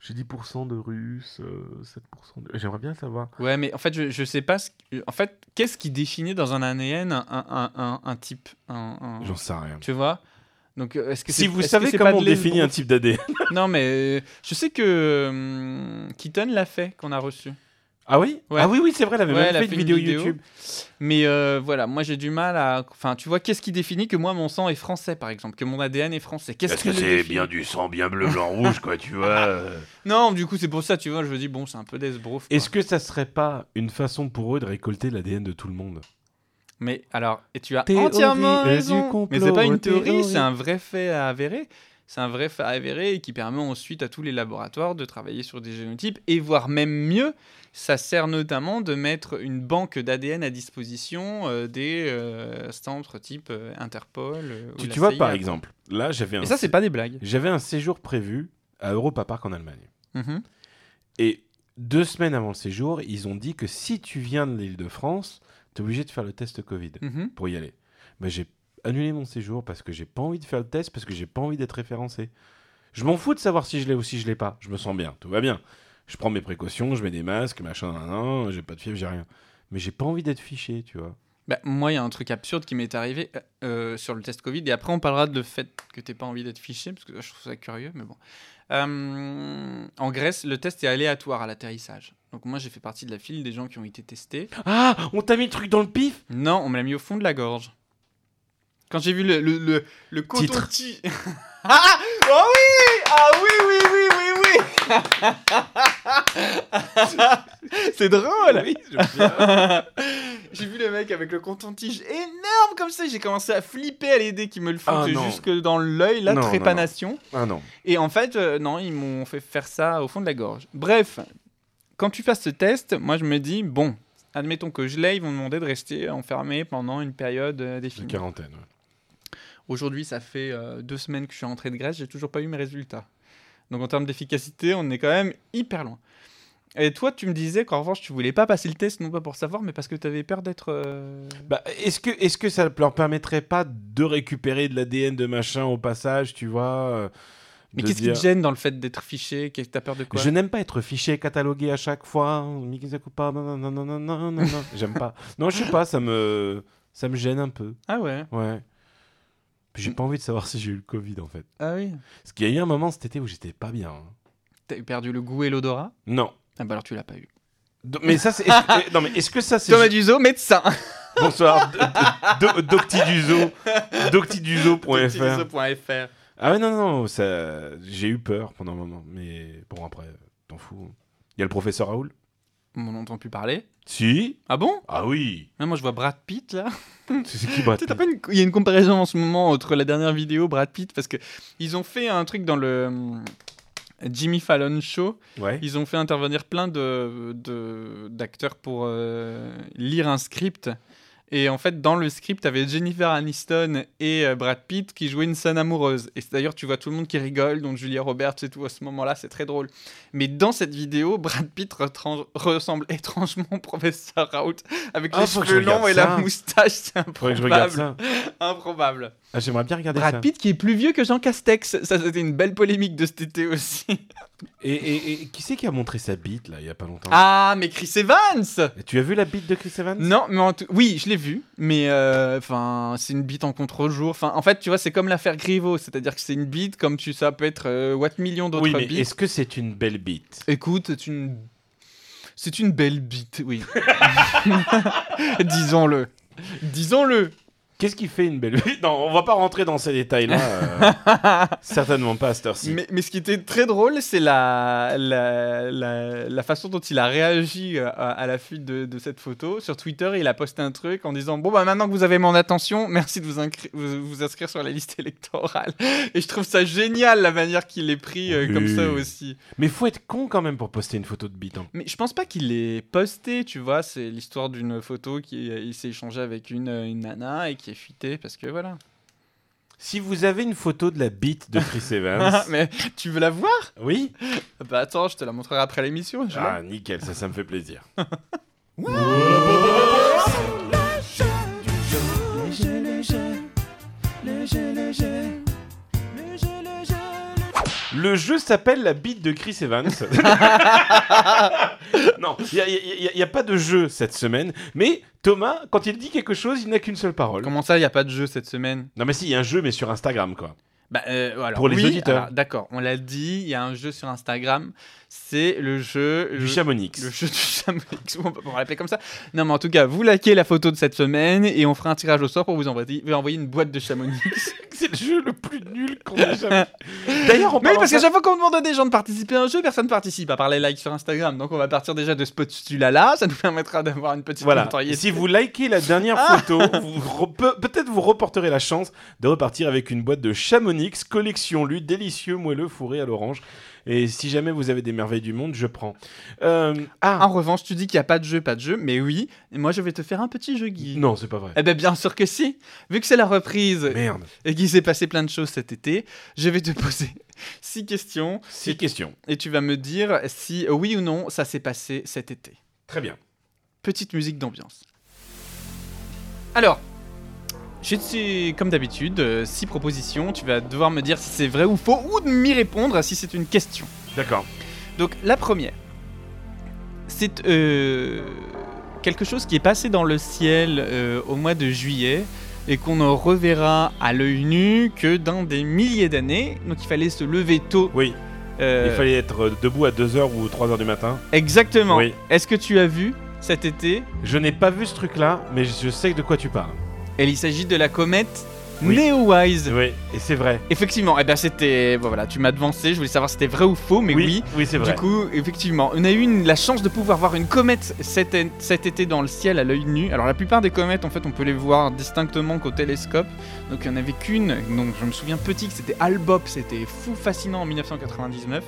B: j'ai 10% de Russes, euh, 7% de... J'aimerais bien savoir.
A: Ouais, mais en fait, je, je sais pas. ce que- En fait, qu'est-ce qui définit dans un ADN un, un, un, un type un- un-
B: Hein. J'en sais rien.
A: Tu vois Donc, euh, est-ce que
B: Si
A: c'est-
B: vous
A: est-ce que
B: savez
A: c'est pas
B: comment on
A: de
B: définit un
A: l'esbrouf
B: type d'ADN...
A: Non, mais euh, je sais que euh, Keaton l'a fait, qu'on a reçu.
B: Ah oui
A: Ouais.
B: Ah oui, oui, c'est vrai, elle avait
A: Ouais,
B: même
A: elle a
B: fait une
A: fait une
B: vidéo,
A: vidéo.
B: YouTube.
A: Mais euh, voilà, moi j'ai du mal à. Enfin, tu vois, qu'est-ce qui définit que moi mon sang est français, par exemple, que mon ADN est français Qu'est-ce
E: Est-ce que
A: qui le
E: c'est
A: définit
E: bien du sang, bien bleu, blanc, rouge, quoi, tu vois euh,
A: Non, du coup, c'est pour ça, tu vois, je me dis, bon, c'est un peu d'esbrouf. quoi.
B: Est-ce que ça serait pas une façon pour eux de récolter l'ADN de tout le monde
A: Mais alors, et tu as
B: Théorie
A: entièrement
B: du
A: raison.
B: complot,
A: Mais c'est pas une théorie,
B: théorie.
A: c'est un vrai fait à avérer. C'est un vrai fait avéré et qui permet ensuite à tous les laboratoires de travailler sur des génotypes et voire même mieux. Ça sert notamment de mettre une banque d'ADN à disposition euh, des euh, centres type euh, Interpol. euh, ou
B: Tu,
A: la
B: tu vois,
A: CIA.
B: par exemple, là, j'avais un,
A: Et ça, c'est pas des blagues.
B: j'avais un séjour prévu à Europa Park en Allemagne.
A: Mhm.
B: Et deux semaines avant le séjour, ils ont dit que si tu viens de l'île de France, tu es obligé de faire le test Covid
A: Mhm.
B: pour y aller. Bah, j'ai annulé mon séjour parce que j'ai pas envie de faire le test, parce que j'ai pas envie d'être référencé. Je m'en fous de savoir si je l'ai ou si je l'ai pas. Je me sens bien, tout va bien. Je prends mes précautions, je mets des masques, machin, nan, nan, j'ai pas de fièvre, j'ai rien. Mais j'ai pas envie d'être fiché, tu vois.
A: Bah, moi, il y a un truc absurde qui m'est arrivé euh, euh, sur le test Covid. Et après, on parlera de le fait que t'aies pas envie d'être fiché, parce que je trouve ça curieux, mais bon. Euh, en Grèce, le test est aléatoire à l'atterrissage. Donc moi, j'ai fait partie de la file des gens qui ont été testés.
B: Ah, on t'a mis le truc dans le pif
A: Non, on me l'a mis au fond de la gorge. Quand j'ai vu le, le, le, le
B: Titre.
A: coton-tige- ah Oh oui Ah oui, oui, oui, oui, oui C'est drôle J'ai vu le mec avec le coton-tige énorme comme ça, j'ai commencé à flipper à l'idée qu'il me le
B: Ah,
A: foute
B: non.
A: jusque dans l'œil, la
B: Non, non,
A: trépanation.
B: Ah non.
A: Et en fait, euh, non, ils m'ont fait faire ça au fond de la gorge. Bref, quand tu fasses ce test, moi je me dis, bon, admettons que je l'ai, ils vont me demander de rester enfermé pendant une période euh,
B: De
A: définie.
B: quarantaine. ouais.
A: Aujourd'hui, ça fait euh, deux semaines que je suis rentré de Grèce, j'ai toujours pas eu mes résultats. Donc en termes d'efficacité, on est quand même hyper loin. Et toi, tu me disais qu'en revanche, tu voulais pas passer le test, non pas pour savoir, mais parce que tu avais peur d'être. euh,
B: Bah, est-ce que, est-ce que ça leur permettrait pas de récupérer de l'ADN de machin au passage, tu vois euh,
A: Mais
B: de
A: qu'est-ce
B: dire-
A: qui te gêne dans le fait d'être fiché Qu'est-ce que t'as peur de quoi
B: Je n'aime pas être fiché, catalogué à chaque fois. Mixakupa, nanana, nanana, nanana. J'aime pas. Non, je sais pas, ça me, ça me gêne un peu.
A: Ah ouais
B: Ouais. Puis j'ai pas envie de savoir si j'ai eu le Covid en fait.
A: Ah oui
B: Parce qu'il y a eu un moment cet été où j'étais pas bien. hein.
A: T'as perdu le goût et l'odorat
B: Non.
A: Ah bah alors tu l'as pas eu.
B: Do- mais ça, c'est. est-ce que- eh, non, mais est-ce que ça, c'est.
A: Thomas
B: ju-
A: Duzo, médecin.
B: Bonsoir. do- do- Doctiduzo. Doctiduzo.fr.
A: Doctiluso.fr.
B: Ah ouais, non, non, non, ça... j'ai eu peur pendant un moment. Mais bon, après, t'en fous. Il y a le professeur Raoul
A: On n'entend plus parler.
B: Si.
A: Ah bon
B: Ah oui.
A: Ah, Moi je vois Brad Pitt là.
B: C'est qui Brad
A: Tu sais, t'as
B: Pitt
A: pas une- Il y a une comparaison en ce moment entre la dernière vidéo Brad Pitt parce que ils ont fait un truc dans le hum, Jimmy Fallon Show.
B: Ouais.
A: Ils ont fait intervenir plein de de- d'acteurs pour euh, lire un script. Et en fait, dans le script, t'avais Jennifer Aniston et euh, Brad Pitt qui jouaient une scène amoureuse. Et c'est- d'ailleurs, tu vois tout le monde qui rigole, dont Julia Roberts et tout à ce moment-là, c'est très drôle. Mais dans cette vidéo, Brad Pitt retran- ressemble étrangement au professeur Raoult avec
B: Ah,
A: les
B: faut que
A: cheveux
B: je regarde
A: longs et
B: ça.
A: la moustache. C'est
B: Faudrait que je regarde
A: improbable.
B: ça.
A: Improbable.
B: Ah, j'aimerais bien regarder ça.
A: Brad Pitt qui est plus vieux que Jean Castex. Ça, c'était une belle polémique de cet été aussi.
B: Et, et- et qui c'est qui a montré sa bite là il y a pas longtemps
A: Ah, mais Chris Evans
B: Et Tu as vu la bite de Chris Evans
A: Non, mais en tout... oui, je l'ai vu, mais euh, enfin, c'est une bite en contre-jour. Enfin, en fait, tu vois, c'est comme l'affaire Griveaux, c'est-à-dire que c'est une bite comme tu ça peut être euh, what millions d'autres
B: Oui, mais
A: bites.
B: est-ce que c'est une belle bite
A: Écoute, c'est une c'est une belle bite, oui. Disons-le. Disons-le.
B: Qu'est-ce qui fait une belle bite Non, on va pas rentrer dans ces détails là. Certainement pas à cette heure-ci.
A: Mais, mais ce qui était très drôle, c'est la, la, la, la façon dont il a réagi euh, à, à la fuite de, de cette photo. Sur Twitter, il a posté un truc en disant Bon, bah, maintenant que vous avez mon attention, merci de vous, incri- vous, vous inscrire sur la liste électorale. Et je trouve ça génial la manière qu'il est pris euh, comme
B: Oui.
A: ça aussi.
B: Mais faut être con quand même pour poster une photo de bite. hein.
A: Mais je pense pas qu'il l'ait posté, tu vois. C'est l'histoire d'une photo qui euh, il s'est échangé avec une, euh, une nana et qui est fuitée parce que voilà.
B: Si vous avez une photo de la bite de Chris Evans,
A: mais tu veux la voir
B: oui
A: Bah, attends, je te la montrerai après l'émission. je l'ai.
B: Ah nickel, ça, ça me fait plaisir. Le jeu s'appelle la bite de Chris Evans. non, il n'y a, pas de jeu cette semaine, mais Thomas, quand il dit quelque chose, il n'a qu'une seule parole.
A: Comment ça, il n'y a pas de jeu cette semaine
B: Non mais si, il y a un jeu, mais sur Instagram, quoi.
A: Bah, euh, alors,
B: Pour les
A: oui,
B: auditeurs.
A: alors, D'accord, on l'a dit, il y a un jeu sur Instagram, c'est le jeu...
B: Du
A: le-
B: Chamonix.
A: le jeu du Chamonix, on peut pas l'appeler comme ça. Non, mais en tout cas, vous likez la photo de cette semaine et on fera un tirage au sort pour vous envoyer, vous envoyer une boîte de Chamonix.
B: que c'est le jeu le plus nul qu'on ait jamais. D'ailleurs, en
A: Mais oui, parce
B: parlant de
A: qu'à
B: ça-
A: chaque fois qu'on demande à des gens de participer à un jeu, personne ne participe, à part les likes sur Instagram. Donc on va partir déjà de ce postulat-là, ça nous permettra d'avoir une petite
B: Voilà.
A: notoriété.
B: Si vous likez la dernière
A: Ah.
B: photo, vous re- pe- peut-être vous reporterez la chance de repartir avec une boîte de Chamonix, collection lue, délicieux, moelleux, fourré à l'orange. Et si jamais vous avez des merveilles du monde, je prends. Euh, ah,
A: En revanche, tu dis qu'il n'y a pas de jeu, pas de jeu, mais oui, et moi je vais te faire un petit jeu, Guy.
B: non, c'est pas vrai.
A: Eh ben bien sûr que si Vu que c'est la reprise
B: Merde.
A: et qu'il s'est passé plein de choses cet été, je vais te poser six questions
B: Six
A: Et-
B: questions.
A: et tu vas me dire si euh, oui ou non ça s'est passé cet été.
B: Très bien.
A: Petite musique d'ambiance. Alors, j'ai dessus, comme d'habitude euh, six propositions. Tu vas devoir me dire si c'est vrai ou faux ou de m'y répondre si c'est une question.
B: D'accord.
A: Donc la première, c'est euh, quelque chose qui est passé dans le ciel euh, au mois de juillet et qu'on ne reverra à l'œil nu que dans des milliers d'années. Donc il fallait se lever tôt.
B: Oui,
A: euh,
B: il fallait être debout à 2h ou 3h du matin.
A: Exactement.
B: Oui.
A: Est-ce que tu as vu cet été
B: Je n'ai pas vu ce truc-là, mais je sais de quoi tu parles.
A: Et il s'agit de la comète
B: Oui.
A: Neowise.
B: Oui, et c'est vrai.
A: Effectivement, eh ben c'était bon, voilà, tu m'as devancé, je voulais savoir si c'était vrai ou faux, mais oui.
B: oui, c'est vrai.
A: Du coup, effectivement, on a eu une- la chance de pouvoir voir une comète cet, é- cet été dans le ciel à l'œil nu. Alors la plupart des comètes, en fait, on peut les voir distinctement qu'au télescope. Donc il n'y en avait qu'une. Donc je me souviens petit que c'était Albop, c'était fou fascinant en 1999.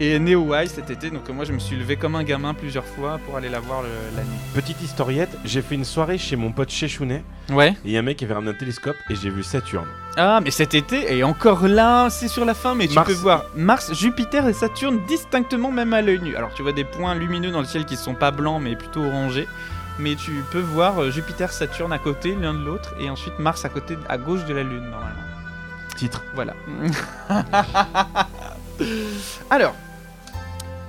A: Et Neowise cet été, donc moi je me suis levé comme un gamin plusieurs fois pour aller la voir le- la nuit.
B: Petite historiette, j'ai fait une soirée chez mon pote Chechounet.
A: Ouais.
B: Et il y a un mec qui avait ramené un télescope et j'ai vu Saturne.
A: Ah, mais cet été, et encore là, c'est sur la fin, mais tu
B: Mars.
A: peux voir Mars, Jupiter et Saturne distinctement même à l'œil nu. Alors tu vois des points lumineux dans le ciel qui sont pas blancs mais plutôt orangés, mais tu peux voir euh, Jupiter, Saturne à côté l'un de l'autre et ensuite Mars à côté à gauche de la Lune normalement.
B: Titre.
A: Voilà. Alors,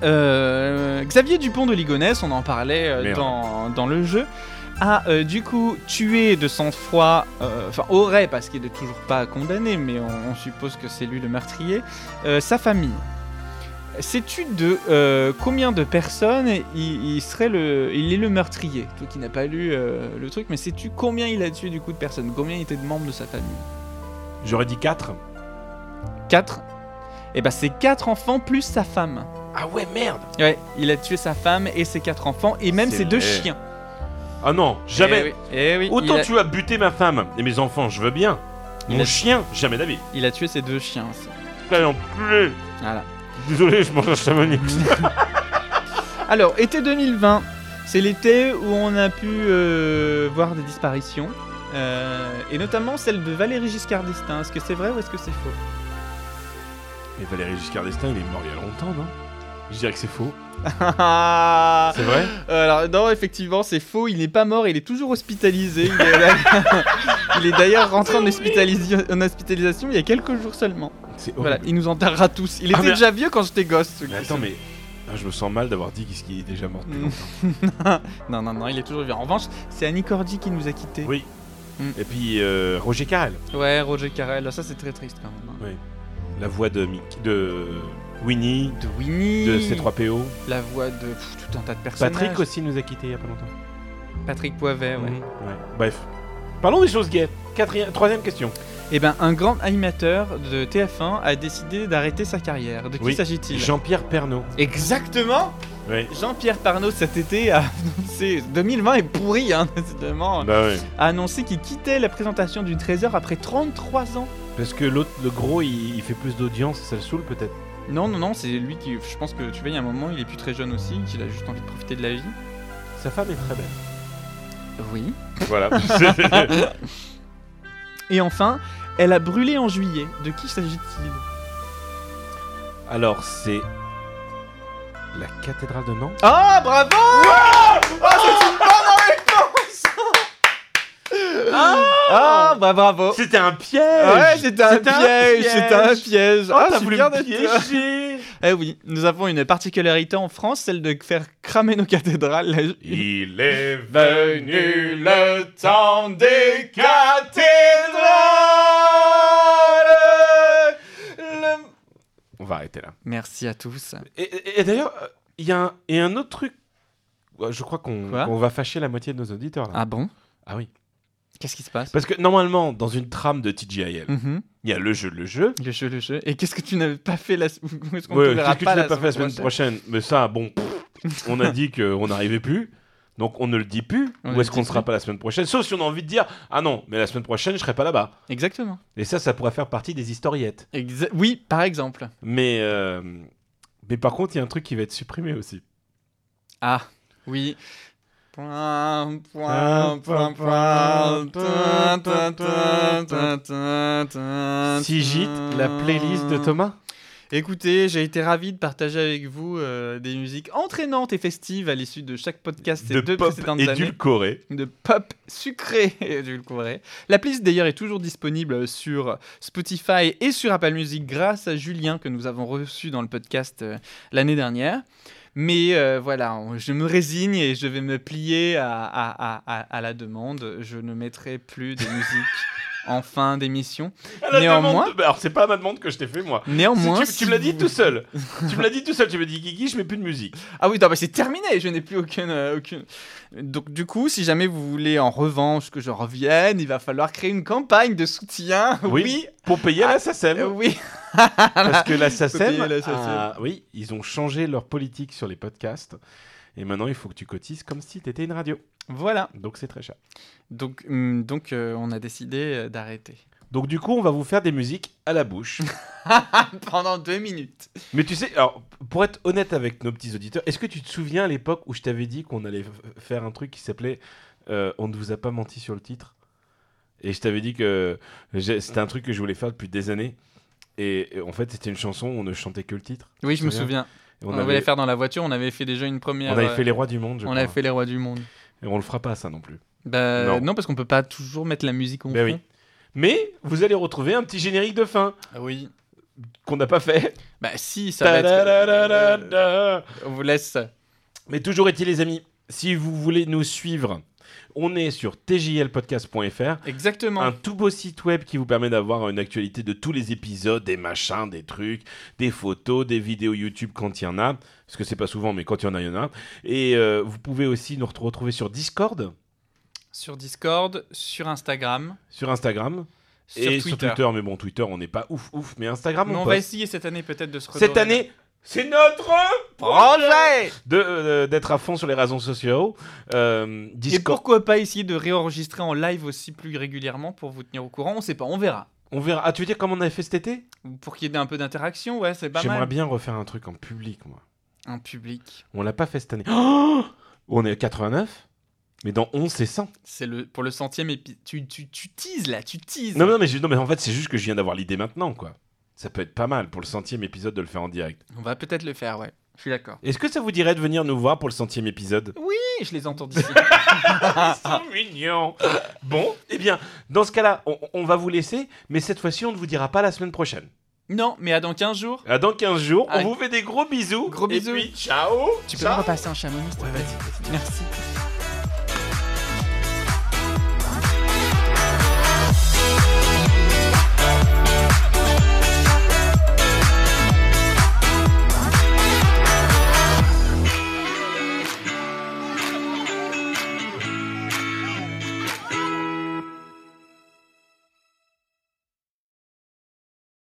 A: euh, Xavier Dupont de Ligonnès, on en parlait euh,
B: Merde.
A: dans, dans le jeu, a euh, du coup tué de sang-froid, euh, enfin aurait, parce qu'il n'est toujours pas condamné, mais on, on suppose que c'est lui le meurtrier, euh, sa famille. Sais-tu de euh, combien de personnes il, il serait le, il est le meurtrier Toi qui n'as pas lu euh, le truc, mais sais-tu combien il a tué du coup de personnes Combien il était de membres de sa famille
B: J'aurais dit 4.
A: 4. Et bah c'est 4 enfants plus sa femme.
B: Ah ouais, merde
A: Ouais, il a tué sa femme et ses 4 enfants et même
B: C'est
A: ses deux
B: laid.
A: chiens.
B: Ah non, jamais
A: Eh oui, eh oui,
B: Autant
A: il, a,
B: tu as buté ma femme et mes enfants, je veux bien.
A: Il
B: Mon
A: a-
B: chien, jamais d'avis.
A: il a tué ses deux chiens aussi.
B: Putain, enculé.
A: Voilà.
B: Désolé, je mange un chamonix.
A: Alors, été 2020, c'est l'été où on a pu euh, voir des disparitions. euh, et notamment celle de Valérie Giscard d'Estaing. Est-ce que c'est vrai ou est-ce que c'est faux
B: Mais Valéry Giscard d'Estaing, il est mort il y a longtemps, non Je dirais que c'est faux.
A: Ah,
B: C'est vrai
A: Alors non, effectivement, c'est faux. Il n'est pas mort. Il est toujours hospitalisé. Il est, il est d'ailleurs rentré en, hospitalisi- en hospitalisation il y a quelques jours seulement.
B: C'est
A: Voilà,
B: horrible.
A: il nous enterrera tous. Il
B: Ah,
A: était
B: mais-
A: déjà vieux quand j'étais gosse. ce
B: Mais
A: Christ.
B: attends, mais... ah, je me sens mal d'avoir dit qu'il qu'il est déjà mort. depuis
A: Mm.
B: longtemps.
A: Non, non, non, il est toujours vieux. En revanche, c'est Annie Cordy qui nous a quittés.
B: Oui.
A: Mm.
B: Et puis euh, Roger Carrel,
A: Ouais, Roger Carrel. Ça, c'est très triste quand même. hein.
B: la voix de, Mick- de Winnie,
A: De Winnie.
B: de C3PO.
A: La voix de pff, tout un tas de personnages.
B: Patrick aussi nous a quittés il y a pas longtemps.
A: Patrick Poivet, ouais.
B: Mhm. Ouais. Bref. Parlons des choses gays. Quatrième, troisième question.
A: Eh ben, un grand animateur de TF1 a décidé d'arrêter sa carrière. De qui
B: Oui,
A: s'agit-il
B: Jean-Pierre Pernaud.
A: Exactement
B: Oui.
A: Jean-Pierre Parnot cet été a annoncé 2020 est pourri hein, décidément
B: Bah ouais.
A: a annoncé qu'il quittait la présentation du Trésor après 33 ans.
B: Parce que l'autre, le gros, il, il fait plus d'audience, ça le saoule peut-être.
A: Non non non, c'est lui qui je pense que tu vois il y a un moment il est plus très jeune aussi, qu'il a juste envie de profiter de la vie.
B: Sa femme est très belle.
A: Oui.
B: Voilà.
A: Et enfin, elle a brûlé en juillet. De qui s'agit-il
B: Alors c'est la cathédrale de Nantes.
A: Ah bravo Ah, bah bravo
B: C'était un piège.
A: Ouais, c'était un
B: C'était un
A: piège,
B: piège.
A: c'était un piège.
B: Oh,
A: Ah,
B: t'as
A: je suis
B: voulu
A: fier
B: me
A: d'être toi.
B: piéger.
A: Eh oui, nous avons une particularité en France, celle de faire cramer nos cathédrales.
E: Il est
A: venu le temps des
B: cathédrales. On va arrêter là.
A: Merci à tous.
B: Et, et- et d'ailleurs, euh, il y, a un- et un autre truc. Ouais, Je crois qu'on
A: Quoi
B: qu'on va fâcher la moitié de nos auditeurs. Là.
A: Ah bon
B: Ah oui.
A: Qu'est-ce qui se passe
B: Parce que normalement, dans une trame de TGIL,
A: Mhm.
B: il y a le jeu, le jeu.
A: Le jeu, le jeu. Et qu'est-ce que tu n'avais pas fait la semaine Qu'est-ce
B: Ouais, Qu'est-ce que tu n'as pas fait la semaine prochaine Mais ça, bon, pff, on a dit qu'on n'arrivait plus. Donc on ne le dit plus.
A: On ne
B: Ou est-ce
A: le
B: qu'on ne
A: dit
B: sera
A: plus.
B: pas la semaine prochaine Sauf si on a envie de dire Ah non, mais la semaine prochaine, je serai pas là-bas.
A: Exactement.
B: Et ça, ça pourrait faire partie des historiettes.
A: Exa- oui, par exemple.
B: Mais, euh, mais par contre, il y a un truc qui va être supprimé aussi.
A: Ah, oui. Point, point,
B: Tin,
A: point,
B: tin,
A: point. Tin,
B: tin,
A: tin, tin, tin, tin, tin,
B: Sigit, la playlist de Thomas
A: Écoutez, j'ai été ravi de partager avec vous euh, des musiques entraînantes et festives à l'issue de chaque podcast ces
B: De
A: deux
B: pop
A: précédentes années.
B: édulcoré.
A: de pop sucré édulcoré. La playlist d'ailleurs est toujours disponible sur Spotify et sur Apple Music grâce à Julien que nous avons reçu dans le podcast euh, l'année dernière. Mais euh, voilà, on- je me résigne et je vais me plier à, à- à- à- à la demande. Je ne mettrai plus de musique en fin d'émission.
B: À la
A: Néanmoins-
B: demande de- bah, Alors, c'est pas ma demande que je t'ai fait, moi.
A: Néanmoins,
B: Si tu, tu
A: si
B: me l'as dit
A: vous-
B: tout seul. tu me l'as dit tout seul. Tu m'as dit Guigui, je mets plus de musique.
A: Ah oui, non, bah, c'est terminé, je n'ai plus aucune, euh, aucune... Donc du coup, si jamais vous voulez en revanche que je revienne, il va falloir créer une campagne de soutien.
B: Oui.
A: oui
B: Pour payer la
A: Euh,
B: SACEM.
A: oui.
B: Parce que la SACEM.
A: payer la SACEM.
B: a- Oui, ils ont changé leur politique sur les podcasts. Et maintenant, il faut que tu cotises comme si t'étais une radio.
A: Voilà.
B: Donc, c'est très cher.
A: Donc, hum, donc euh, on a décidé euh, d'arrêter.
B: Donc, du coup, on va vous faire des musiques à la bouche.
A: Pendant deux minutes.
B: Mais tu sais, alors, pour être honnête avec nos petits auditeurs, est-ce que tu te souviens à l'époque où je t'avais dit qu'on allait f- faire un truc qui s'appelait euh, On ne vous a pas menti sur le titre Et je t'avais dit que j'ai- c'était un truc que je voulais faire depuis des années. Et, et en fait, c'était une chanson où on ne chantait que le titre.
A: Oui,
B: Tu
A: je
B: te
A: me
B: souviens
A: souviens.
B: Et
A: On,
B: on,
A: voulait
B: avait,
A: avait faire dans la voiture, on avait fait déjà une
B: on
A: première.
B: avait
A: euh,
B: fait Les Rois du Monde, je
A: on
B: crois.
A: avait fait les rois du monde.
B: Et on le fera pas, ça non plus.
A: Bah, non.
B: Non.
A: parce qu'on peut pas toujours mettre la musique en
B: Ben
A: fond.
B: oui. Mais vous allez retrouver un petit générique de fin
A: Ah oui.
B: qu'on n'a pas fait.
A: Bah si, ça va être.
B: Ta-da-da-da-da-da.
A: On vous laisse.
B: Mais toujours est-il, les amis, si vous voulez nous suivre, on est sur tjlpodcast.fr.
A: Exactement.
B: Un tout beau site web qui vous permet d'avoir une actualité de tous les épisodes, des machins, des trucs, des photos, des vidéos YouTube quand il y en a. Parce que c'est pas souvent, mais quand il y en a, il y en a. Et euh, vous pouvez aussi nous re- retrouver sur Discord,
A: Sur Discord, sur Instagram,
B: sur Instagram
A: sur
B: et
A: Twitter.
B: sur Twitter. Mais bon, Twitter, on n'est pas ouf ouf, mais Instagram,
A: Mais
B: on,
A: on va
B: poste.
A: essayer cette année peut-être de se
B: Cette
A: redorer.
B: année, c'est notre
A: Projet
B: de, euh, d'être à fond sur les réseaux sociaux. Euh,
A: Et
B: Discord.
A: pourquoi pas essayer de réenregistrer en live aussi plus régulièrement pour vous tenir au courant On sait pas, on verra.
B: On verra. Ah, tu veux dire comment on avait fait cet été
A: Pour qu'il y ait un peu d'interaction, ouais, c'est pas
B: J'aimerais
A: mal.
B: bien refaire un truc en public, moi.
A: Un public.
B: On l'a pas fait cette année. Oh on est à 89 mais dans 11, c'est 100.
A: C'est le pour le centième épisode. Tu, tu, tu teases là, tu teases.
B: Non, non, mais, je- non, mais en fait, c'est juste que je viens d'avoir l'idée maintenant, quoi. Ça peut être pas mal pour le centième épisode de le faire en direct.
A: On va peut-être le faire, ouais. Je suis d'accord.
B: Est-ce que ça vous dirait de venir nous voir pour le centième épisode
A: Eh, Je les entends d'ici.
B: Ah, C'est mignon Bon, eh bien, dans ce cas-là, on, on va vous laisser, mais cette fois-ci, on ne vous dira pas la semaine prochaine.
A: non, mais à dans 15 jours.
B: À dans 15 jours,
A: Ah,
B: on vous fait des gros bisous.
A: gros bisous.
B: Et puis, ciao
A: Tu peux
B: Ciao.
A: me repasser un chamonix s'il te plaît Merci.